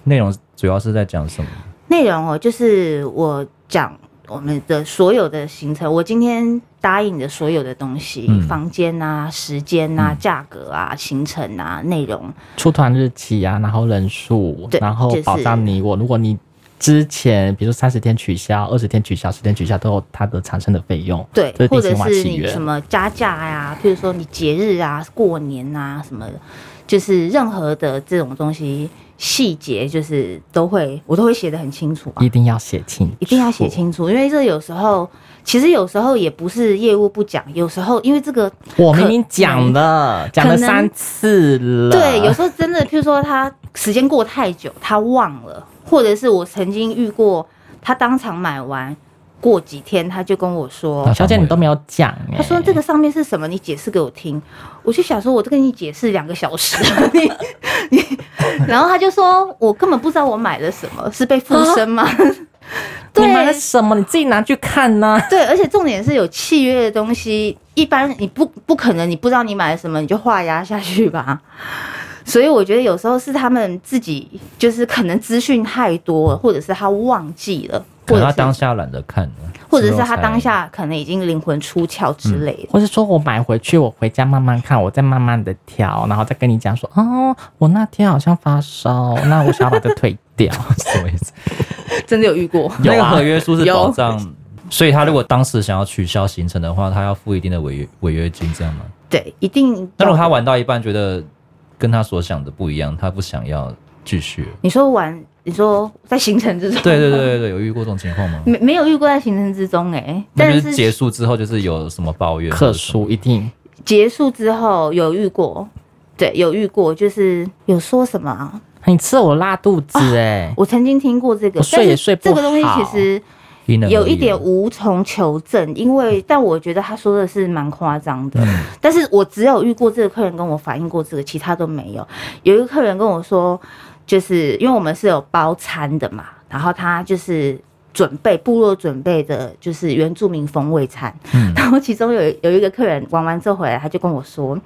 Speaker 2: 内容主要是在讲什么？
Speaker 1: 内容哦，就是我讲我们的所有的行程，我今天答应的所有的东西，
Speaker 2: 嗯
Speaker 1: 房间啊、时间啊
Speaker 2: 嗯、
Speaker 1: 价格啊、行程啊、内容，
Speaker 3: 出团日期啊，然后人数，
Speaker 1: 对
Speaker 3: 然后
Speaker 1: 就是
Speaker 3: 保障你我。如果你之前比如说三十天取消、二十天取消、十天取消，都有它的产生的费用。
Speaker 1: 对
Speaker 3: 这是，
Speaker 1: 或
Speaker 3: 定型
Speaker 1: 者
Speaker 3: 化
Speaker 1: 是
Speaker 3: 契
Speaker 1: 你
Speaker 3: 约
Speaker 1: 什。么加价呀、譬如说你节日啊、过年啊什么的，就是任何的这种东西细节，就是都会我都会写的很清楚啊
Speaker 3: 一。定要写清，
Speaker 1: 一定要写。清楚，因为这有时候，其实有时候也不是业务不讲，有时候因为这个
Speaker 3: 我
Speaker 1: 可
Speaker 3: 明明讲了，讲了三次了。
Speaker 1: 对，有时候真的，譬如说他时间过太久，他忘了，或者是我曾经遇过，他当场买完，过几天他就跟我说
Speaker 2: 啊，
Speaker 3: 小姐你都没有讲、欸。
Speaker 1: 他说这个上面是什么，你解释给我听。我就想说，我都跟你解释两个小时，
Speaker 3: [LAUGHS]
Speaker 1: 你你，然后他就说我根本不知道我买了什么，是被附身吗？
Speaker 3: 你 [LAUGHS]
Speaker 1: 对
Speaker 3: 买了什么？你自己拿去看呐、
Speaker 1: 对，而且重点是有契约的东西，一般你不不可能，你不知道你买了什么，你就画押下去吧。所以我觉得有时候是他们自己，就是可能资讯太多了，或者是他忘记了，
Speaker 2: 可
Speaker 1: 或
Speaker 2: 能
Speaker 1: 者
Speaker 2: 他
Speaker 1: 是
Speaker 2: 当下懒得看了，
Speaker 1: 或者是
Speaker 2: 之后
Speaker 1: 他
Speaker 2: 才嗯
Speaker 1: 当下可能已经灵魂出窍之类的。
Speaker 3: 或是说我买回去，我回家慢慢看，我再慢慢的挑，然后再跟你讲说，哦，我那天好像发烧，那我想要把这退
Speaker 2: [LAUGHS]
Speaker 3: 掉。
Speaker 2: [LAUGHS] 什么意思？
Speaker 1: 真的有遇过，
Speaker 2: 那
Speaker 3: 有
Speaker 2: 个
Speaker 3: 啊
Speaker 2: 合约书是
Speaker 1: 有
Speaker 2: 保障，所以他如果当时想要取消行程的话，他要付一定的违约违约金，这样吗？
Speaker 1: 对，一定。
Speaker 2: 那如果他玩到一半觉得跟他所想的不一样，他不想要继续了，
Speaker 1: 你说玩，你说在行程之中，
Speaker 2: 对对对对对，有遇过这种情况吗？
Speaker 1: 没没有遇过在行程之中哎、
Speaker 2: 那就
Speaker 1: 但
Speaker 2: 是结束之后就是有什么抱怨
Speaker 3: 克数一定
Speaker 1: 结束之后有遇过，对，有遇过，就是有说什么啊？
Speaker 3: 哎你吃我拉肚子哎、
Speaker 1: 我曾经听过这个，
Speaker 3: 我睡
Speaker 1: 但是
Speaker 3: 也睡不
Speaker 1: 这个东西
Speaker 3: 好
Speaker 1: 其实
Speaker 2: 因人而异啊
Speaker 1: 有一点无从求证，因为但我觉得他说的是蛮夸张的。
Speaker 2: 嗯
Speaker 1: 但是我只有遇过这个客人跟我反映过这个，其他都没有。有一个客人跟我说，就是因为我们是有包餐的嘛，然后他就是。准备部落准备的就是原住民风味餐，
Speaker 2: 嗯
Speaker 1: 然后其中有有一个客人玩完之后回来，他就跟我说，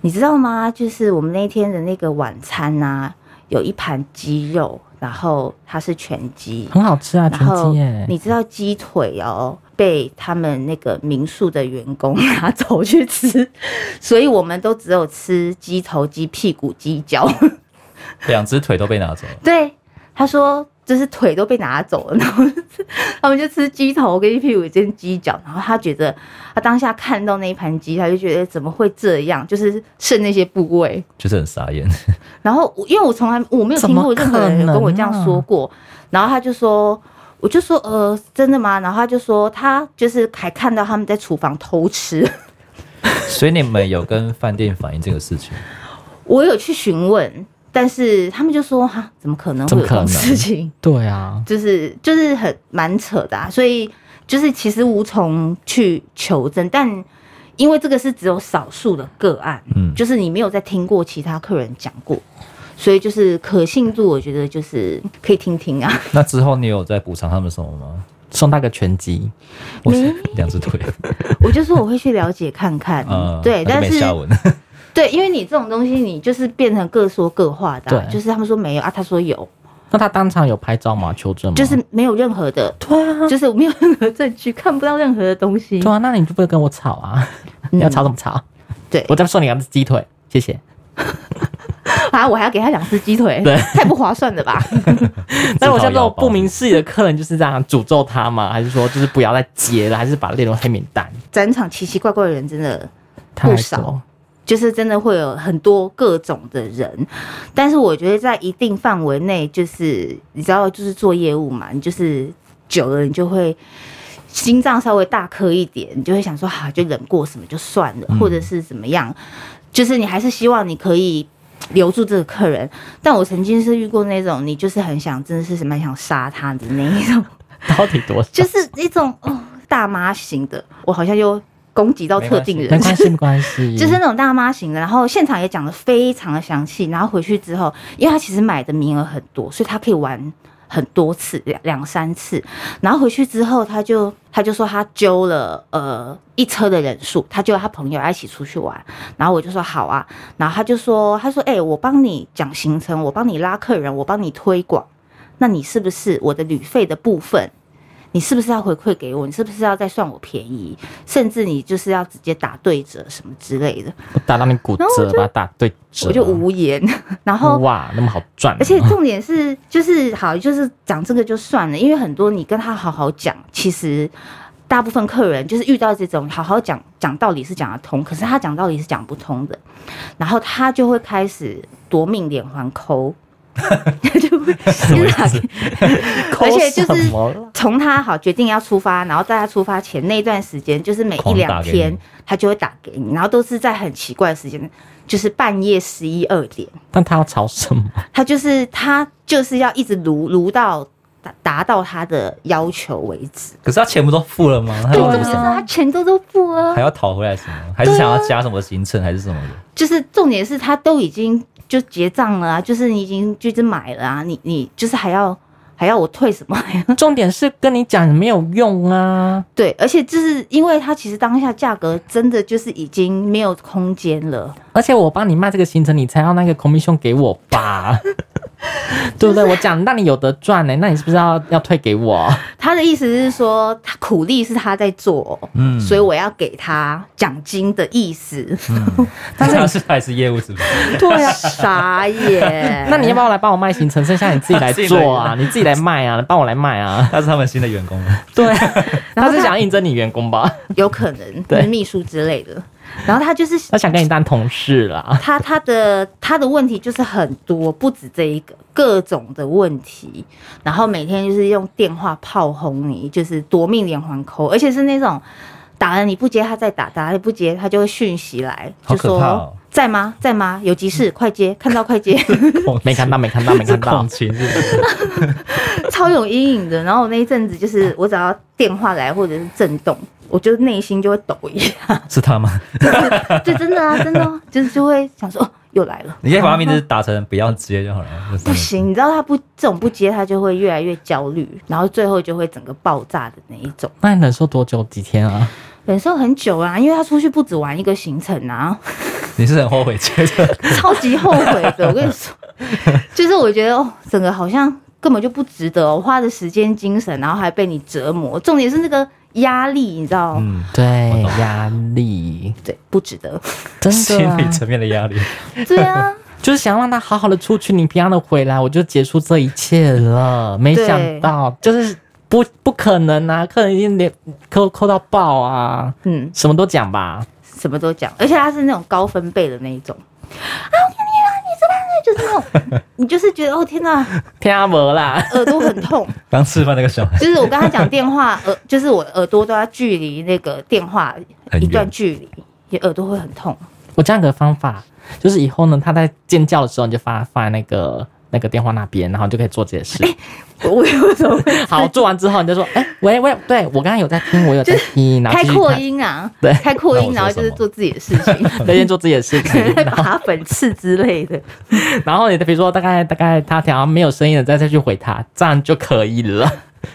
Speaker 1: 你知道吗？就是我们那天的那个晚餐呐、有一盘鸡肉，然后它是全鸡，
Speaker 3: 很好吃啊，全
Speaker 1: 然后
Speaker 3: 鸡哎、
Speaker 1: 你知道鸡腿哦，被他们那个民宿的员工 [LAUGHS] 拿走去吃，所以我们都只有吃鸡头、鸡屁股、鸡脚。 [LAUGHS]
Speaker 2: 两只腿都被拿走了，
Speaker 1: 对，他说就是腿都被拿走了，然后 [LAUGHS] 他们就吃鸡头跟屁股跟鸡脚，然后他觉得他当下看到那一盘鸡，他就觉得怎么会这样，就是剩那些部位。
Speaker 2: 就是很傻眼。 [LAUGHS]
Speaker 1: 然后我因为我从来我没有听过任何人有跟我这样说过，然后他就说，我就说呃真的吗？然后他就说他就是还看到他们在厨房偷吃， [LAUGHS]
Speaker 2: 所以你们有跟饭店反映这个事情？
Speaker 1: 我有去询问，但是他们就说哈怎么可能
Speaker 3: 怎
Speaker 1: 会
Speaker 3: 么
Speaker 1: 有这种
Speaker 3: 可能
Speaker 1: 事情？
Speaker 3: 对啊，
Speaker 1: 就是就是很蛮扯的、啊，所以就是其实无从去求证，但因为这个是只有少数的个案，
Speaker 2: 嗯
Speaker 1: 就是你没有再听过其他客人讲过，所以就是可信度，我觉得就是可以听听啊。
Speaker 2: 那之后你有在补偿他们什么吗？
Speaker 3: 送他个拳击，
Speaker 2: 我是两只腿，
Speaker 1: 我就说我会去了解看看，
Speaker 2: 嗯，
Speaker 1: 对，
Speaker 2: 那
Speaker 1: 但
Speaker 2: 就没
Speaker 1: 是
Speaker 2: 下文。 [LAUGHS]
Speaker 1: 对，因为你这种东西，你就是变成各说各话的啊、
Speaker 3: 对
Speaker 1: 就是他们说没有啊，他说有，
Speaker 2: 嗯
Speaker 3: 那他当场有拍照吗？求证吗？
Speaker 1: 就是没有任何的，
Speaker 3: 对啊，
Speaker 1: 就是没有任何证据，看不到任何的东西。
Speaker 3: 对啊，那你就不会跟我吵啊？
Speaker 1: 嗯
Speaker 3: 你要吵怎么吵？
Speaker 1: 对
Speaker 3: 我再送你两只鸡腿，谢谢。
Speaker 1: 啊，我还要给他两只鸡腿，
Speaker 3: 对
Speaker 1: 太不划算了吧？ [LAUGHS] 嗯
Speaker 3: 那我像这种不明事理的客人，就是这样诅咒他吗？还是说就是不要再接了？还是把他列入黑名单？
Speaker 1: 展场奇奇怪怪的人真的
Speaker 3: 太
Speaker 1: 不
Speaker 3: 多
Speaker 1: 少，就是真的会有很多各种的人，但是我觉得在一定范围内，就是你知道，就是做业务嘛，你就是久了你就会。心脏稍微大颗一点，你就会想说，好、就忍过什么就算了，
Speaker 3: 嗯
Speaker 1: 或者是怎么样，就是你还是希望你可以留住这个客人。但我曾经是遇过那种，你就是很想，真的是蛮想杀他的那一种，
Speaker 3: 到底多少？
Speaker 1: 就是一种哦大妈型的，我好像又攻击到特定人，
Speaker 3: 没关系，没关系，
Speaker 1: 就是那种大妈型的。然后现场也讲的非常的详细，然后回去之后，因为他其实买的名额很多，所以他可以玩很多次，两两三次。然后回去之后，他就他就说他揪了呃一车的人数，他揪了他朋友要一起出去玩。然后我就说好啊，然后他就说他说哎、我帮你讲行程，我帮你拉客人，我帮你推广。那你是不是我的旅费的部分，你是不是要回馈给我？你是不是要再算我便宜？甚至你就是要直接打对折什么之类的，
Speaker 3: 我打到你骨
Speaker 1: 然后我
Speaker 3: 折，
Speaker 1: 就
Speaker 3: 把它打对折，
Speaker 1: 我就无言。 [LAUGHS] 然后，
Speaker 3: 哇，那么好赚哦，
Speaker 1: 而且重点是，就是好，就是讲这个就算了，因为很多你跟他好好讲，其实。大部分客人就是遇到这种好好讲讲道理是讲得通，可是他讲道理是讲不通的，然后他就会开始夺命连环 [LAUGHS] 抠，他就会就是打 [LAUGHS] 而且就是
Speaker 3: 抠什么了
Speaker 1: 从他好决定要出发，然后在他出发前那段时间，就是每一
Speaker 2: 狂打
Speaker 1: 两
Speaker 2: 给
Speaker 1: 天
Speaker 2: 你
Speaker 1: 他就会打给你，然后都是在很奇怪的时间，就是半夜十一二点，
Speaker 3: 但他要吵什么？
Speaker 1: 他就是他就是要一直撸撸到达达到他的要求为止。
Speaker 2: 可是他钱不都付了吗？他
Speaker 1: 对，啊
Speaker 2: 要
Speaker 1: 重
Speaker 2: 怎
Speaker 1: 点
Speaker 2: 么
Speaker 1: 是他全都都付啊
Speaker 2: 还，要讨回来什么？还是想要加什么行程还是什么的？
Speaker 1: 就是重点是他都已经就结账了啊，就是你已经就是买了啊，你你就是还要还要我退什么？还要
Speaker 3: 重点是跟你讲没有用啊，
Speaker 1: [LAUGHS] 对，而且就是因为他其实当下价格真的就是已经没有空间了。
Speaker 3: 而且我帮你卖这个行程，你才要那个 commission 给我吧， [LAUGHS] 对不对？我讲，那你有得赚呢、那你是不是要要退给我？
Speaker 1: 他的意思是说，他苦力是他在做，
Speaker 2: 嗯
Speaker 1: 所以我要给他奖金的意思。
Speaker 3: 但是
Speaker 2: [LAUGHS] 他是还是业务是不是？
Speaker 1: [LAUGHS] 对啊，傻眼。
Speaker 3: 那你要不要来帮我卖行程？剩下你自己来做啊，你 [LAUGHS] 自己来卖啊，帮我来卖啊。
Speaker 2: 他是他们新的员工吗？ [LAUGHS]
Speaker 3: 对，
Speaker 1: 然
Speaker 3: [LAUGHS] 他
Speaker 1: 后
Speaker 3: 是
Speaker 1: 他
Speaker 3: 想应征你员工吧？
Speaker 1: 有可
Speaker 2: [LAUGHS]
Speaker 1: 能
Speaker 3: 对
Speaker 1: 是秘书之类的，然后他就是
Speaker 3: 他想跟你当同事 [LAUGHS] 啦。
Speaker 1: 他他的他的问题就是很多，不止这一个，各种的问题，然后每天就是用电话炮轰你，就是夺命连环扣，而且是那种打了你不接，他再打，打了你不接，他就会讯息来，
Speaker 2: 好
Speaker 1: 就
Speaker 2: 可
Speaker 1: 说、
Speaker 2: 怕哦
Speaker 1: 在吗？在吗？有急事，快接，看到快接，
Speaker 3: 没看到，没看到，没 [LAUGHS]
Speaker 2: 是
Speaker 3: 看到
Speaker 2: 恐。情是不是？
Speaker 1: [LAUGHS] 超有阴影的。然后我那一阵子就是，我只要电话来或者是震动，我就内心就会抖一 [LAUGHS] 下，
Speaker 2: [LAUGHS] 是他吗？
Speaker 1: 就真的啊，真的、啊，就是就会想说，哦，又来了。
Speaker 2: 你可以把他
Speaker 1: [LAUGHS]
Speaker 2: 名字打成不要接就好了。
Speaker 1: 不行，你知道他不这种不接，他就会越来越焦虑，然后最后就会整个爆炸的那一种。
Speaker 3: 那你忍受多久？几天啊？
Speaker 1: 忍受很久啊，因为他出去不止玩一个行程啊， [LAUGHS]
Speaker 2: 你是很后悔接的，
Speaker 1: 超级后悔 [LAUGHS] 的。我跟你说，就是我觉得哦，整个好像根本就不值得、哦、花的时间精神，然后还被你折磨。重点是那个压力，你知道、吗？
Speaker 2: 嗯，
Speaker 3: 对，压力，
Speaker 1: 对，不值得。
Speaker 3: 真
Speaker 2: 心
Speaker 3: 的啊、
Speaker 2: 理层面的压力。
Speaker 1: 对啊，
Speaker 3: 就是想让他好好的出去，你平安的回来，我就结束这一切了。没
Speaker 1: 对
Speaker 3: 想到，就是不不可能啊，客人已经连扣扣到爆啊，
Speaker 1: 嗯，
Speaker 3: 什么都讲吧。
Speaker 1: 什么都讲，而且他是那种高分贝的那一种。啊，我跟你啊，你知道吗？就是那种， [LAUGHS] 你就是觉得哦天哪，
Speaker 3: 听阿伯啦，
Speaker 1: 耳朵很痛。 [LAUGHS]
Speaker 2: 刚吃饭那个小孩，
Speaker 1: 就是我跟他讲电话，耳就是我耳朵都要距离那个电话
Speaker 2: 很
Speaker 1: 一
Speaker 2: 远
Speaker 1: 段距离，也耳朵会很痛。
Speaker 3: 我这样有个方法，就是以后呢，他在尖叫的时候，你就放放在那个那个电话那边，然后你就可以做这些 [LAUGHS] 事。
Speaker 1: 我我为什么会
Speaker 3: 好，做完之后你就说，哎、喂喂，对我刚刚有在听，我有在听，然后
Speaker 1: 开
Speaker 3: 继续
Speaker 1: 扩
Speaker 3: 看，
Speaker 1: 音啊？
Speaker 3: 对
Speaker 1: 开扩音，
Speaker 2: 那
Speaker 1: 然
Speaker 2: 我
Speaker 1: 后就
Speaker 2: 说
Speaker 1: 是
Speaker 2: 什么
Speaker 1: 做自己的事情，
Speaker 3: 在先做自己的事
Speaker 1: 可
Speaker 3: 情
Speaker 1: 能，
Speaker 3: [LAUGHS]
Speaker 2: [LAUGHS]
Speaker 1: [LAUGHS] 在拔粉刺之类的。
Speaker 3: 然后你比如说大概大概他调没有声音了，再再去回他，这样就可以了，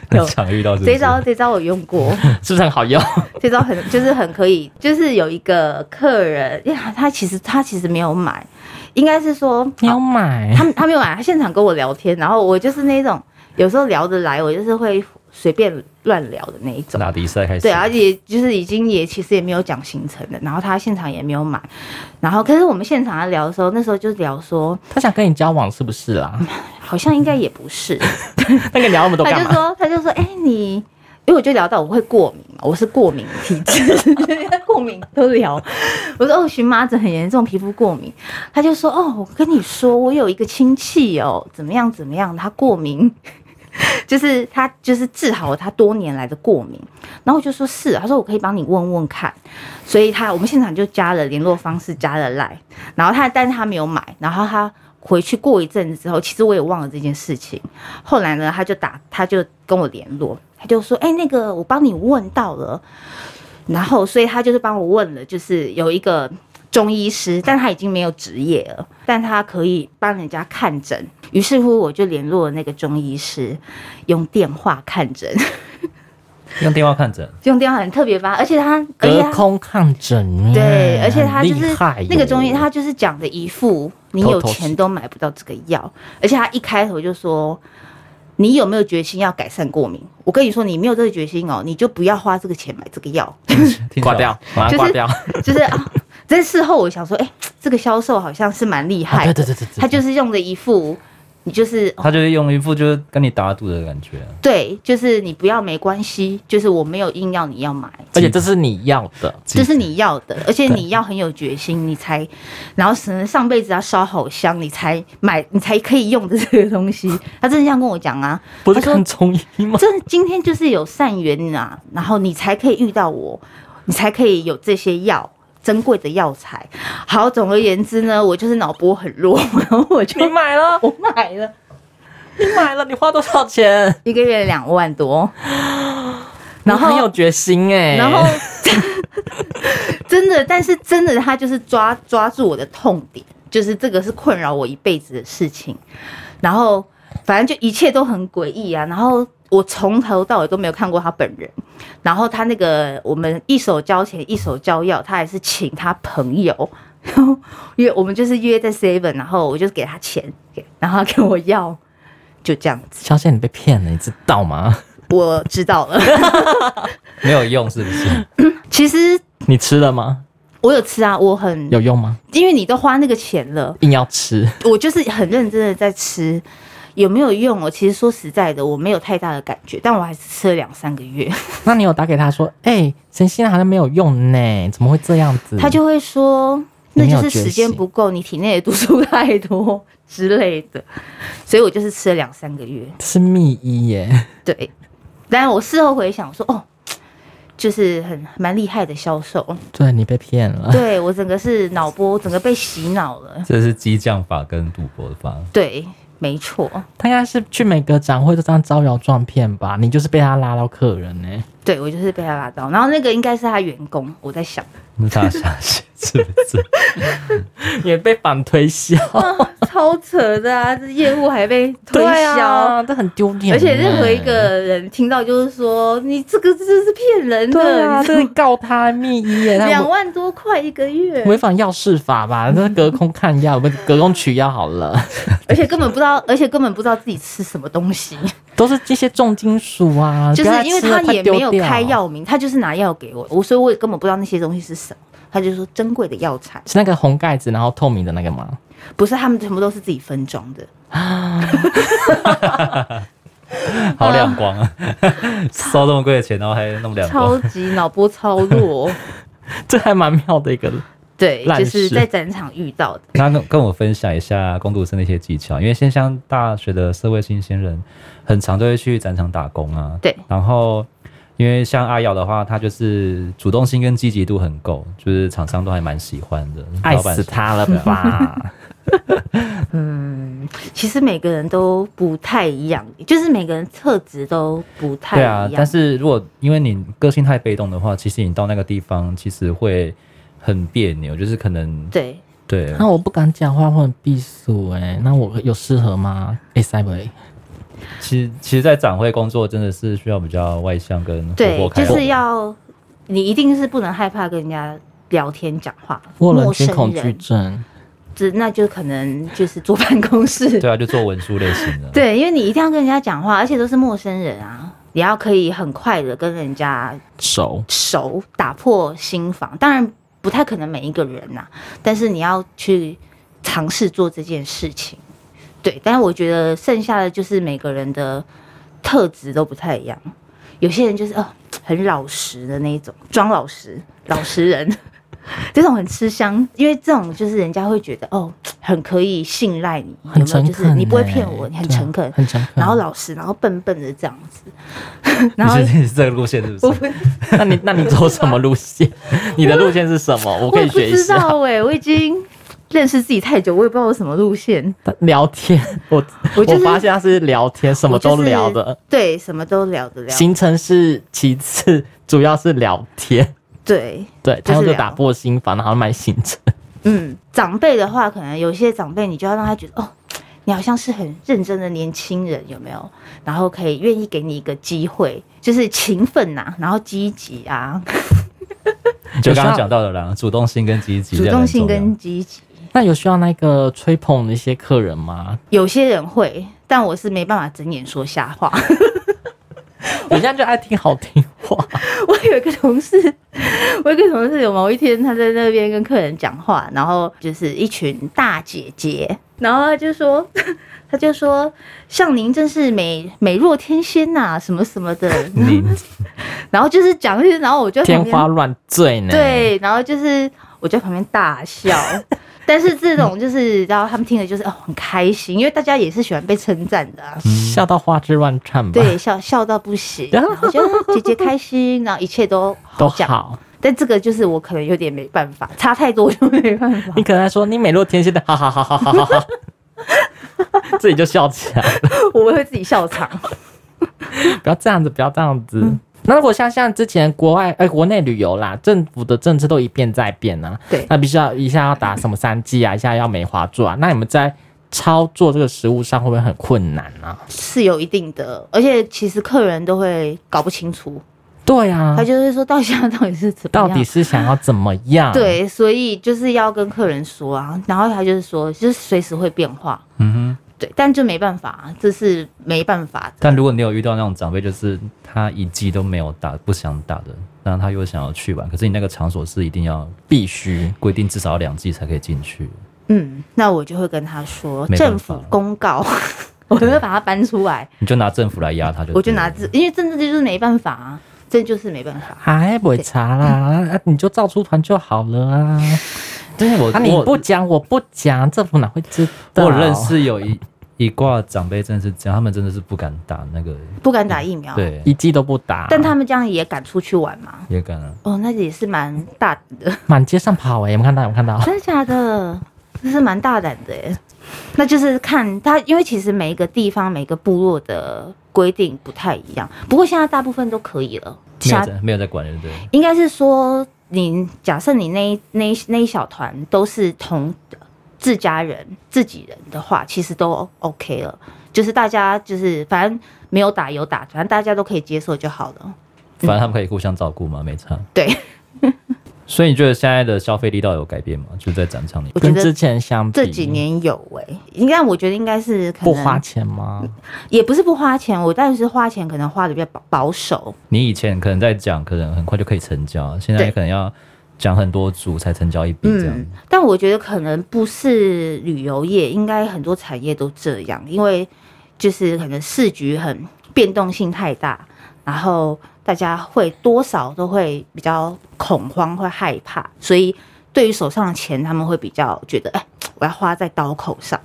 Speaker 2: 很常遇到这
Speaker 1: 这
Speaker 2: 种。
Speaker 1: 招这招我用过，
Speaker 3: 是不是很好用？
Speaker 1: 这招很就是很可以，就是有一个客人，因为他其实他其实没有买，应该是说哦
Speaker 3: 你要买
Speaker 1: 他他没有买，他现场跟我聊天，然后我就是那种有时候聊得来，我就是会随便乱聊的那一种。
Speaker 2: 打比赛开始，
Speaker 1: 对，啊而且就是已经也其实也没有讲行程的，然后他现场也没有买，然后可是我们现场在聊的时候，那时候就聊说
Speaker 3: 他想跟你交往是不是啦？ [LAUGHS]
Speaker 1: 好像应该也不是，
Speaker 3: 那个聊那么多
Speaker 1: 他
Speaker 3: 干
Speaker 1: 就
Speaker 3: 嘛？
Speaker 1: 说他就说哎、你，因为我就聊到我会过敏嘛，我是过敏体质，过敏都聊，我说哦荨麻疹很严重，皮肤过敏，他就说哦我跟你说我有一个亲戚哦怎么样怎么样，他过敏。 [LAUGHS] 就是他，就是治好了他多年来的过敏，然后我就说是啊，他说我可以帮你问问看，所以他我们现场就加了联络方式，加了 line，然后他但是他没有买，然后他回去过一阵子之后，其实我也忘了这件事情，后来呢他就打他就跟我联络，他就说哎、那个我帮你问到了，然后所以他就是帮我问了，就是有一个中医师，但他已经没有职业了，但他可以帮人家看诊，于是乎我就联络了那个中医师，用电话看诊， [LAUGHS]
Speaker 2: 用电话看诊，
Speaker 1: 用电话很特别吧，而且他啊而且
Speaker 3: 隔
Speaker 1: 他
Speaker 3: 空看诊耶，
Speaker 1: 哎对，而且他就
Speaker 3: 很
Speaker 1: 是
Speaker 3: 哦哎厉害哟
Speaker 1: 那个中医，他就是讲的一副你有钱都买不到这个药，而且他一开头就说你有没有决心要改善过敏？我跟你说，你没有这个决心哦，你就不要花这个钱买这个药。 [LAUGHS]
Speaker 2: 听
Speaker 3: 挂掉，马上挂掉。
Speaker 1: 就是啊， [LAUGHS] 在事后我想说，哎、这个销售好像是蛮厉
Speaker 3: 啊
Speaker 1: 害的，
Speaker 3: 对对对对对
Speaker 1: 他就是用的一副你就是、哦
Speaker 2: 他就是用一副就是跟你打赌的感觉，
Speaker 1: 对，就是你不要没关系，就是我没有硬要你要买。
Speaker 3: 而且这是你要的，
Speaker 1: 这是你要的，而且你要很有决心，你才，然后可能上辈子要烧好香，你才买，你才可以用的这个东西。他真的这样跟我讲啊，
Speaker 3: 不是
Speaker 1: 他说
Speaker 3: 看中医
Speaker 1: [LAUGHS]
Speaker 3: 吗？
Speaker 1: 这今天就是有善缘啊，然后你才可以遇到我，你才可以有这些药。珍贵的药材。好，总而言之呢，我就是脑波很弱， [LAUGHS] 然后我就
Speaker 3: 你买了，
Speaker 1: 我买了
Speaker 3: 你买了，你花多少钱？
Speaker 1: 一个月两万多，然后
Speaker 3: 你很有决心哎，
Speaker 1: 然后 [LAUGHS] 真的，但是真的，他就是抓抓住我的痛点，就是这个是困扰我一辈子的事情。然后反正就一切都很诡异啊。然后我从头到尾都没有看过他本人。然后他那个我们一手交钱一手交药，他还是请他朋友。然后约我们就是约在 seven，然后我就给他钱，给然后他给我药，就这样子。
Speaker 3: 小姐你被骗了，你知道吗？
Speaker 1: 我知道了。
Speaker 2: 没有用是不
Speaker 1: [LAUGHS]
Speaker 2: 是？
Speaker 1: 其实
Speaker 3: 你吃了吗？
Speaker 1: 我有吃啊，我很
Speaker 3: 有用吗？
Speaker 1: 因为你都花那个钱了，
Speaker 3: 硬要吃，
Speaker 1: 我就是很认真的在吃，有没有用？我其实说实在的，我没有太大的感觉，但我还是吃了两三个月。
Speaker 3: 那你有打给他说，哎、陈希娜好像没有用呢，怎么会这样子？
Speaker 1: 他就会说，
Speaker 3: 你
Speaker 1: 那
Speaker 3: 没有
Speaker 1: 就是时
Speaker 3: 觉
Speaker 1: 间
Speaker 3: 醒
Speaker 1: 不够，你体内的毒素太多之类的，所以我就是吃了两三个月。
Speaker 3: 是秘医耶，
Speaker 1: 对，但我事后回想说，哦，就是很蛮厉害的销售，
Speaker 3: 对你被骗了，
Speaker 1: 对我整个是脑波，整个被洗脑了。
Speaker 2: 这是激将法跟赌博法，
Speaker 1: 对，没错，
Speaker 3: 他应该是去每个展会都这样招摇撞骗吧？你就是被他拉到客人呢，
Speaker 1: 对我就是被他拉到，然后那个应该是他员工，我在想。
Speaker 2: 那他下线是不是？
Speaker 3: [LAUGHS] 也被反推 [LAUGHS] 销，
Speaker 1: 超扯的啊！这业务还被推
Speaker 3: 对
Speaker 1: 销，
Speaker 3: 啊，这很丢脸呢，
Speaker 1: 而且任何一个人听到就是说，你这个这是骗人
Speaker 3: 对
Speaker 1: 的， [LAUGHS]
Speaker 3: 啊，
Speaker 1: 你
Speaker 3: 这个告他秘医耶，
Speaker 1: 两
Speaker 3: 他
Speaker 1: 万多块一个月，
Speaker 3: 违反药事
Speaker 1: [LAUGHS]
Speaker 3: 法吧？那隔空看药，不是隔空取药好了， [LAUGHS]
Speaker 1: 而且根本不知道，而且根本不知道自己吃什么东西，
Speaker 3: 都是这些重金属啊，
Speaker 1: 就
Speaker 3: 不要
Speaker 1: 是
Speaker 3: 再
Speaker 1: 因为
Speaker 3: 吃了
Speaker 1: 他
Speaker 3: 快
Speaker 1: 也
Speaker 3: 丢
Speaker 1: 没有
Speaker 3: 掉啊
Speaker 1: 开药名，他就是拿药给我，我所以我也根本不知道那些东西是什么。他就说珍贵的药材，
Speaker 3: 是那个红盖子，然后透明的那个吗？
Speaker 1: 不是他们全部都是自己分装的，
Speaker 2: 好两
Speaker 1: [LAUGHS]
Speaker 2: 光啊！收这么贵的钱，然后还那
Speaker 3: 啊
Speaker 2: 么两
Speaker 1: 超
Speaker 2: 光，
Speaker 1: 级脑波超
Speaker 3: [LAUGHS]
Speaker 1: 弱。
Speaker 3: [LAUGHS] 这还蛮妙的一个。
Speaker 1: 对，
Speaker 3: 烂
Speaker 1: 就是
Speaker 3: 事
Speaker 1: 在展场遇到的。
Speaker 2: 那跟跟我分享一下工读生的一些技巧，因为先像大学的社会新鲜人，很常都会去展场打工啊。
Speaker 1: 对，
Speaker 2: 然后因为像阿瑶的话，她就是主动性跟积极度很够，就是厂商都还蛮喜欢的，
Speaker 3: 爱
Speaker 2: 老板
Speaker 3: 死他了 [LAUGHS] 吧？
Speaker 1: 嗯其实每个人都不太一样，就是每个人特质都不太
Speaker 2: 对
Speaker 1: 一
Speaker 2: 啊
Speaker 1: 样。，
Speaker 2: 但是如果因为你个性太被动的话，其实你到那个地方其实会很别扭，就是可能
Speaker 1: 对
Speaker 2: 对
Speaker 3: 那我不敢讲话，我很避暑哎。那我有适合吗？哎，塞维，
Speaker 2: 其实其实，在展会工作真的是需要比较外向跟活
Speaker 1: 对
Speaker 2: 泼，开
Speaker 1: 就
Speaker 2: 朗
Speaker 1: 是要你一定是不能害怕跟人家聊天讲话，
Speaker 3: 我有人
Speaker 1: 陌
Speaker 3: 群
Speaker 1: 生
Speaker 3: 恐惧
Speaker 1: 人，
Speaker 3: 症，
Speaker 1: 这那就可能就是坐办公
Speaker 2: [LAUGHS]
Speaker 1: 室。
Speaker 2: 对啊，就做文书类型的。
Speaker 1: 对，因为你一定要跟人家讲话，而且都是陌生人啊，你要可以很快的跟人家
Speaker 3: 熟
Speaker 1: 熟，打破心防。当然不太可能每一个人呐、但是你要去尝试做这件事情。对，但是我觉得剩下的就是每个人的特质都不太一样，有些人就是哦很老实的那一种，装老实老实人。 [LAUGHS] 这种很吃香，因为这种就是人家会觉得哦，很可以信赖你，有没
Speaker 3: 很
Speaker 1: 有？
Speaker 3: 诚
Speaker 1: 就是
Speaker 3: 恳，
Speaker 1: 你不会
Speaker 3: 欸
Speaker 1: 骗我，你很
Speaker 3: 对啊
Speaker 1: 诚恳，
Speaker 3: 很诚恳。
Speaker 1: 然后老实，然后笨笨的这样子， [LAUGHS] 然后
Speaker 2: 你是你 [LAUGHS] 是这个路线是不是？
Speaker 3: [LAUGHS] 那你那你走什么路
Speaker 1: [LAUGHS]
Speaker 3: 线？你的路线是什么？我
Speaker 1: 我
Speaker 3: 可
Speaker 1: 也
Speaker 3: 以
Speaker 1: 不
Speaker 3: 学一
Speaker 1: 知
Speaker 3: 下。
Speaker 1: 道哎、我已经认识自己太久，我也不知道我什么路线，
Speaker 3: 聊天，我
Speaker 1: 我就是
Speaker 3: 发现他是聊天，什么都聊的，
Speaker 1: 对，什么都聊得了，
Speaker 3: 行程是其次，主要是聊天。
Speaker 1: 对，
Speaker 3: 对，
Speaker 1: 就
Speaker 3: 他
Speaker 1: 是
Speaker 3: 们就
Speaker 1: 聊
Speaker 3: 打破心房，然后买行程。
Speaker 1: 嗯，长辈的话，可能有些长辈你就要让他觉得哦，你好像是很认真的年轻人，有没有？然后可以愿意给你一个机会，就是勤奋呐、然后积极啊，
Speaker 2: 就刚刚讲到的啦，主动性跟积极，
Speaker 1: 主
Speaker 2: 这两
Speaker 1: 动
Speaker 2: 个
Speaker 1: 性
Speaker 2: 很重要
Speaker 1: 跟积极。
Speaker 3: 那有需要那个吹捧的一些客人吗？
Speaker 1: 有些人会，但我是没办法睁眼说瞎话。
Speaker 3: 人家就爱听好听
Speaker 1: [LAUGHS]
Speaker 3: 话，
Speaker 1: 我有一个同事， [LAUGHS] 我有一个同事有某一天他在那边跟客人讲话，然后就是一群大姐姐，然后他就说， [LAUGHS] 他就说，像您真是美美若天仙呐、什么什么的，
Speaker 2: 您
Speaker 1: [LAUGHS] 然后就是讲这些，然后我就在
Speaker 3: 天
Speaker 1: 旁边
Speaker 3: 花乱坠呢。，
Speaker 1: 对，然后就是我就在旁边大
Speaker 3: [LAUGHS]
Speaker 1: 笑。但是这种就是，然后他们听了就是哦很开心，因为大家也是喜欢被称赞的、啊，
Speaker 3: 笑到花枝乱颤吧，
Speaker 1: 对，笑笑到不
Speaker 3: [LAUGHS]
Speaker 1: 行，然后觉得姐姐开心，然后一切都
Speaker 3: 都
Speaker 1: 好讲，
Speaker 3: 好。
Speaker 1: 但这个就是我可能有点没办法，差太多就没办法
Speaker 3: [LAUGHS] 你。可能还说你美若天仙的，哈哈哈哈哈哈哈，自己就笑起来。
Speaker 1: 我会自己笑场。
Speaker 3: [LAUGHS] 不要这样子，不要这样子。
Speaker 2: 嗯
Speaker 3: 那如果像像之前国外呃国内旅游啦，政府的政策都一变再变啊，
Speaker 1: 对
Speaker 3: 那必须要一下要打什么三 G 啊，一下要梅花座啊，那你们在操作这个食物上会不会很困难啊？
Speaker 1: 是有一定的，而且其实客人都会搞不清楚，
Speaker 3: 对啊
Speaker 1: 他，就会说到底现在到底是怎么
Speaker 3: 到
Speaker 1: 样？
Speaker 3: 底是想要怎么样？，
Speaker 1: 对，所以就是要跟客人说啊，然后他就是说，就是随时会变化，
Speaker 2: 嗯哼。
Speaker 1: 对，但就没办法，这是没办法的。
Speaker 2: 但如果你有遇到那种长辈，就是他一季都没有打，不想打的，然后他又想要去玩，可是你那个场所是一定要
Speaker 3: 必须
Speaker 2: 规定至少要两季才可以进去。
Speaker 1: 嗯，那我就会跟他说，
Speaker 2: 没办法
Speaker 1: 政府公
Speaker 3: [LAUGHS]
Speaker 1: 告，我就会把它搬出来，
Speaker 2: 你就拿政府来压他就，
Speaker 1: 我就拿这，因为真的就是没办法啊，这就是没办法。
Speaker 3: 哎，不会查啦，啊你就照出团就好了啊。
Speaker 2: 对我
Speaker 3: 啊，你
Speaker 2: 我
Speaker 3: 不讲我不讲，政府哪会知道？
Speaker 2: 我认，识有一一挂长辈真的是这样，他们真的是不敢打那个，
Speaker 1: 不敢打疫苗，，
Speaker 2: 对，
Speaker 3: 一季都不打，
Speaker 1: 但他们这样也敢出去玩吗？
Speaker 2: 也敢啊。
Speaker 1: 哦，那也是蛮大胆的，
Speaker 3: 满街上跑哎、有没有看到？有没有看到？
Speaker 1: [LAUGHS] 真的假的？这是蛮大胆的耶。那就是看他，因为其实每一个地方、每个部落的规定不太一样。不过现在大部分都可以了，
Speaker 2: 没
Speaker 1: 其
Speaker 2: 有
Speaker 1: 他
Speaker 2: 在没有在管，对不对？
Speaker 1: 应该是说你假设你那一那一那一小团都是同自家人、自己人的话，其实都 OK 了。就是大家就是反正没有打有打，反正大家都可以接受就好了。
Speaker 2: 反正他们可以互相照顾嘛，没差。
Speaker 1: 对，
Speaker 2: 所以你觉得现在的消费力道有改变吗？就是在展场里
Speaker 1: 我觉
Speaker 3: 跟
Speaker 1: 得
Speaker 3: 之前相比，
Speaker 1: 这几年有哎、应该我觉得应该是可
Speaker 3: 不
Speaker 1: 能嗯
Speaker 3: 花钱吗？
Speaker 1: 也不是不花钱，我但是花钱可能花的比较保保守，
Speaker 2: 你以前可能在讲，可能很快就可以成交，现在
Speaker 1: 对
Speaker 2: 可能要讲很多组才成交一笔这样。
Speaker 1: 嗯，但我觉得可能不是旅游业，应该很多产业都这样，因为就是可能市局很变动性太大，然后大家会多少都会比较恐慌，会害怕，所以对于手上的钱，他们会比较觉得，哎，我要花在刀口上。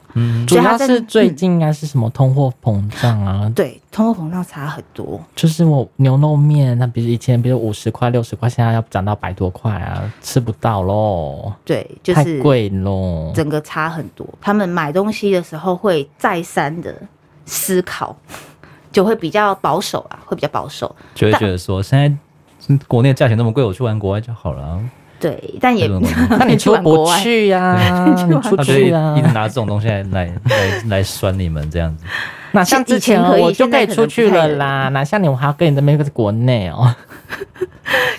Speaker 3: 主
Speaker 1: 所以
Speaker 3: 要
Speaker 1: 它在
Speaker 3: 是最
Speaker 1: 嗯
Speaker 3: 近应该是什么通货膨胀啊，
Speaker 1: 对，通货膨胀差很多。
Speaker 3: 就是我牛肉面，那比如以前比如五十块六十块，现在要涨到百多块啊，吃不到喽，
Speaker 1: 对，就
Speaker 3: 太
Speaker 1: 是
Speaker 3: 贵喽。
Speaker 1: 整个差很多。他们买东西的时候会再三的思考，就会比较保守啊，会比较保守。
Speaker 2: 就会觉得说现在嗯国内价钱那么贵，我去玩国外就好了啊。
Speaker 1: 对，但也 [LAUGHS]
Speaker 2: 这种东西
Speaker 3: 那你出
Speaker 1: 玩
Speaker 3: 不
Speaker 1: 国外
Speaker 3: 去呀、
Speaker 1: [LAUGHS]
Speaker 3: 你出
Speaker 2: 他就一
Speaker 3: 去啊
Speaker 1: 啊
Speaker 3: 呀、
Speaker 2: 一直拿这种东西来来来来酸你们这样子。
Speaker 3: 哪像之
Speaker 1: 以
Speaker 3: 前
Speaker 1: 前可以
Speaker 3: 我就
Speaker 1: 现在
Speaker 3: 可以
Speaker 1: 可能
Speaker 3: 出去
Speaker 1: 不太
Speaker 3: 了
Speaker 1: 能
Speaker 3: 啦，哪像你我还要跟你这边一个国内
Speaker 1: [LAUGHS]
Speaker 3: 哦。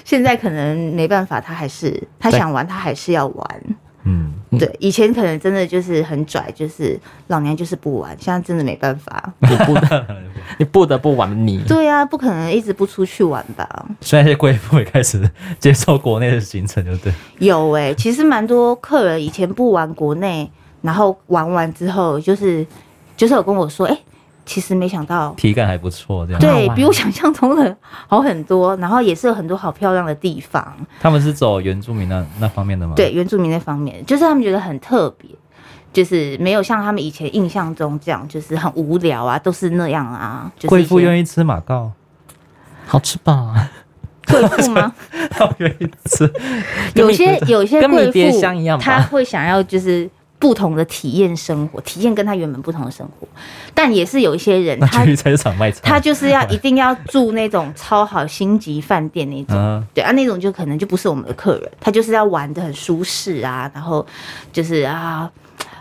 Speaker 1: 现在可能没办法，他还是他
Speaker 3: 对
Speaker 1: 想玩，他还是要玩。
Speaker 2: 嗯， [LAUGHS]
Speaker 1: 对，以前可能真的就是很拽，就是老娘就是不玩，现在真的没办
Speaker 2: [LAUGHS]
Speaker 1: 法。
Speaker 3: 你不得你不得不玩你，
Speaker 1: 对啊，不可能一直不出去玩吧？
Speaker 2: 现在这些贵妇也开始接受国内的行程，就对。
Speaker 1: 有诶、其实蛮多客人以前不玩国内，然后玩完之后，就是就是有跟我说，哎、其实没想到，
Speaker 2: 体感还不错，这样。
Speaker 3: 好
Speaker 1: 对
Speaker 3: 玩
Speaker 1: 比我想象中的好很多，然后也是有很多好漂亮的地方。
Speaker 3: 嗯
Speaker 2: 他们是走原住民那那方面的吗？
Speaker 1: 对，原住民那方面，就是他们觉得很特别，就是没有像他们以前印象中这样，就是很无聊啊，都是那样啊。就是、
Speaker 2: 贵妇
Speaker 1: 意
Speaker 2: 愿意吃马告，
Speaker 3: 好吃吧？
Speaker 1: 贵妇
Speaker 3: [LAUGHS]
Speaker 1: 吗？
Speaker 2: 她愿意吃。
Speaker 1: 有些有些
Speaker 3: 跟迷
Speaker 1: 贵
Speaker 3: 迭
Speaker 1: 妇
Speaker 3: 香一样吧
Speaker 1: 她会想要就是不同的体验生活，体验跟她原本不同的生活。但也是有一些人，
Speaker 2: 那
Speaker 1: 他
Speaker 2: 就去菜市场卖菜。
Speaker 1: 他就是
Speaker 3: [LAUGHS]
Speaker 1: 要一定要住那种超好星级饭店那种。
Speaker 2: 嗯，
Speaker 1: 对啊，那种就可能就不是我们的客人，他就是要玩的很舒适啊，然后就是啊，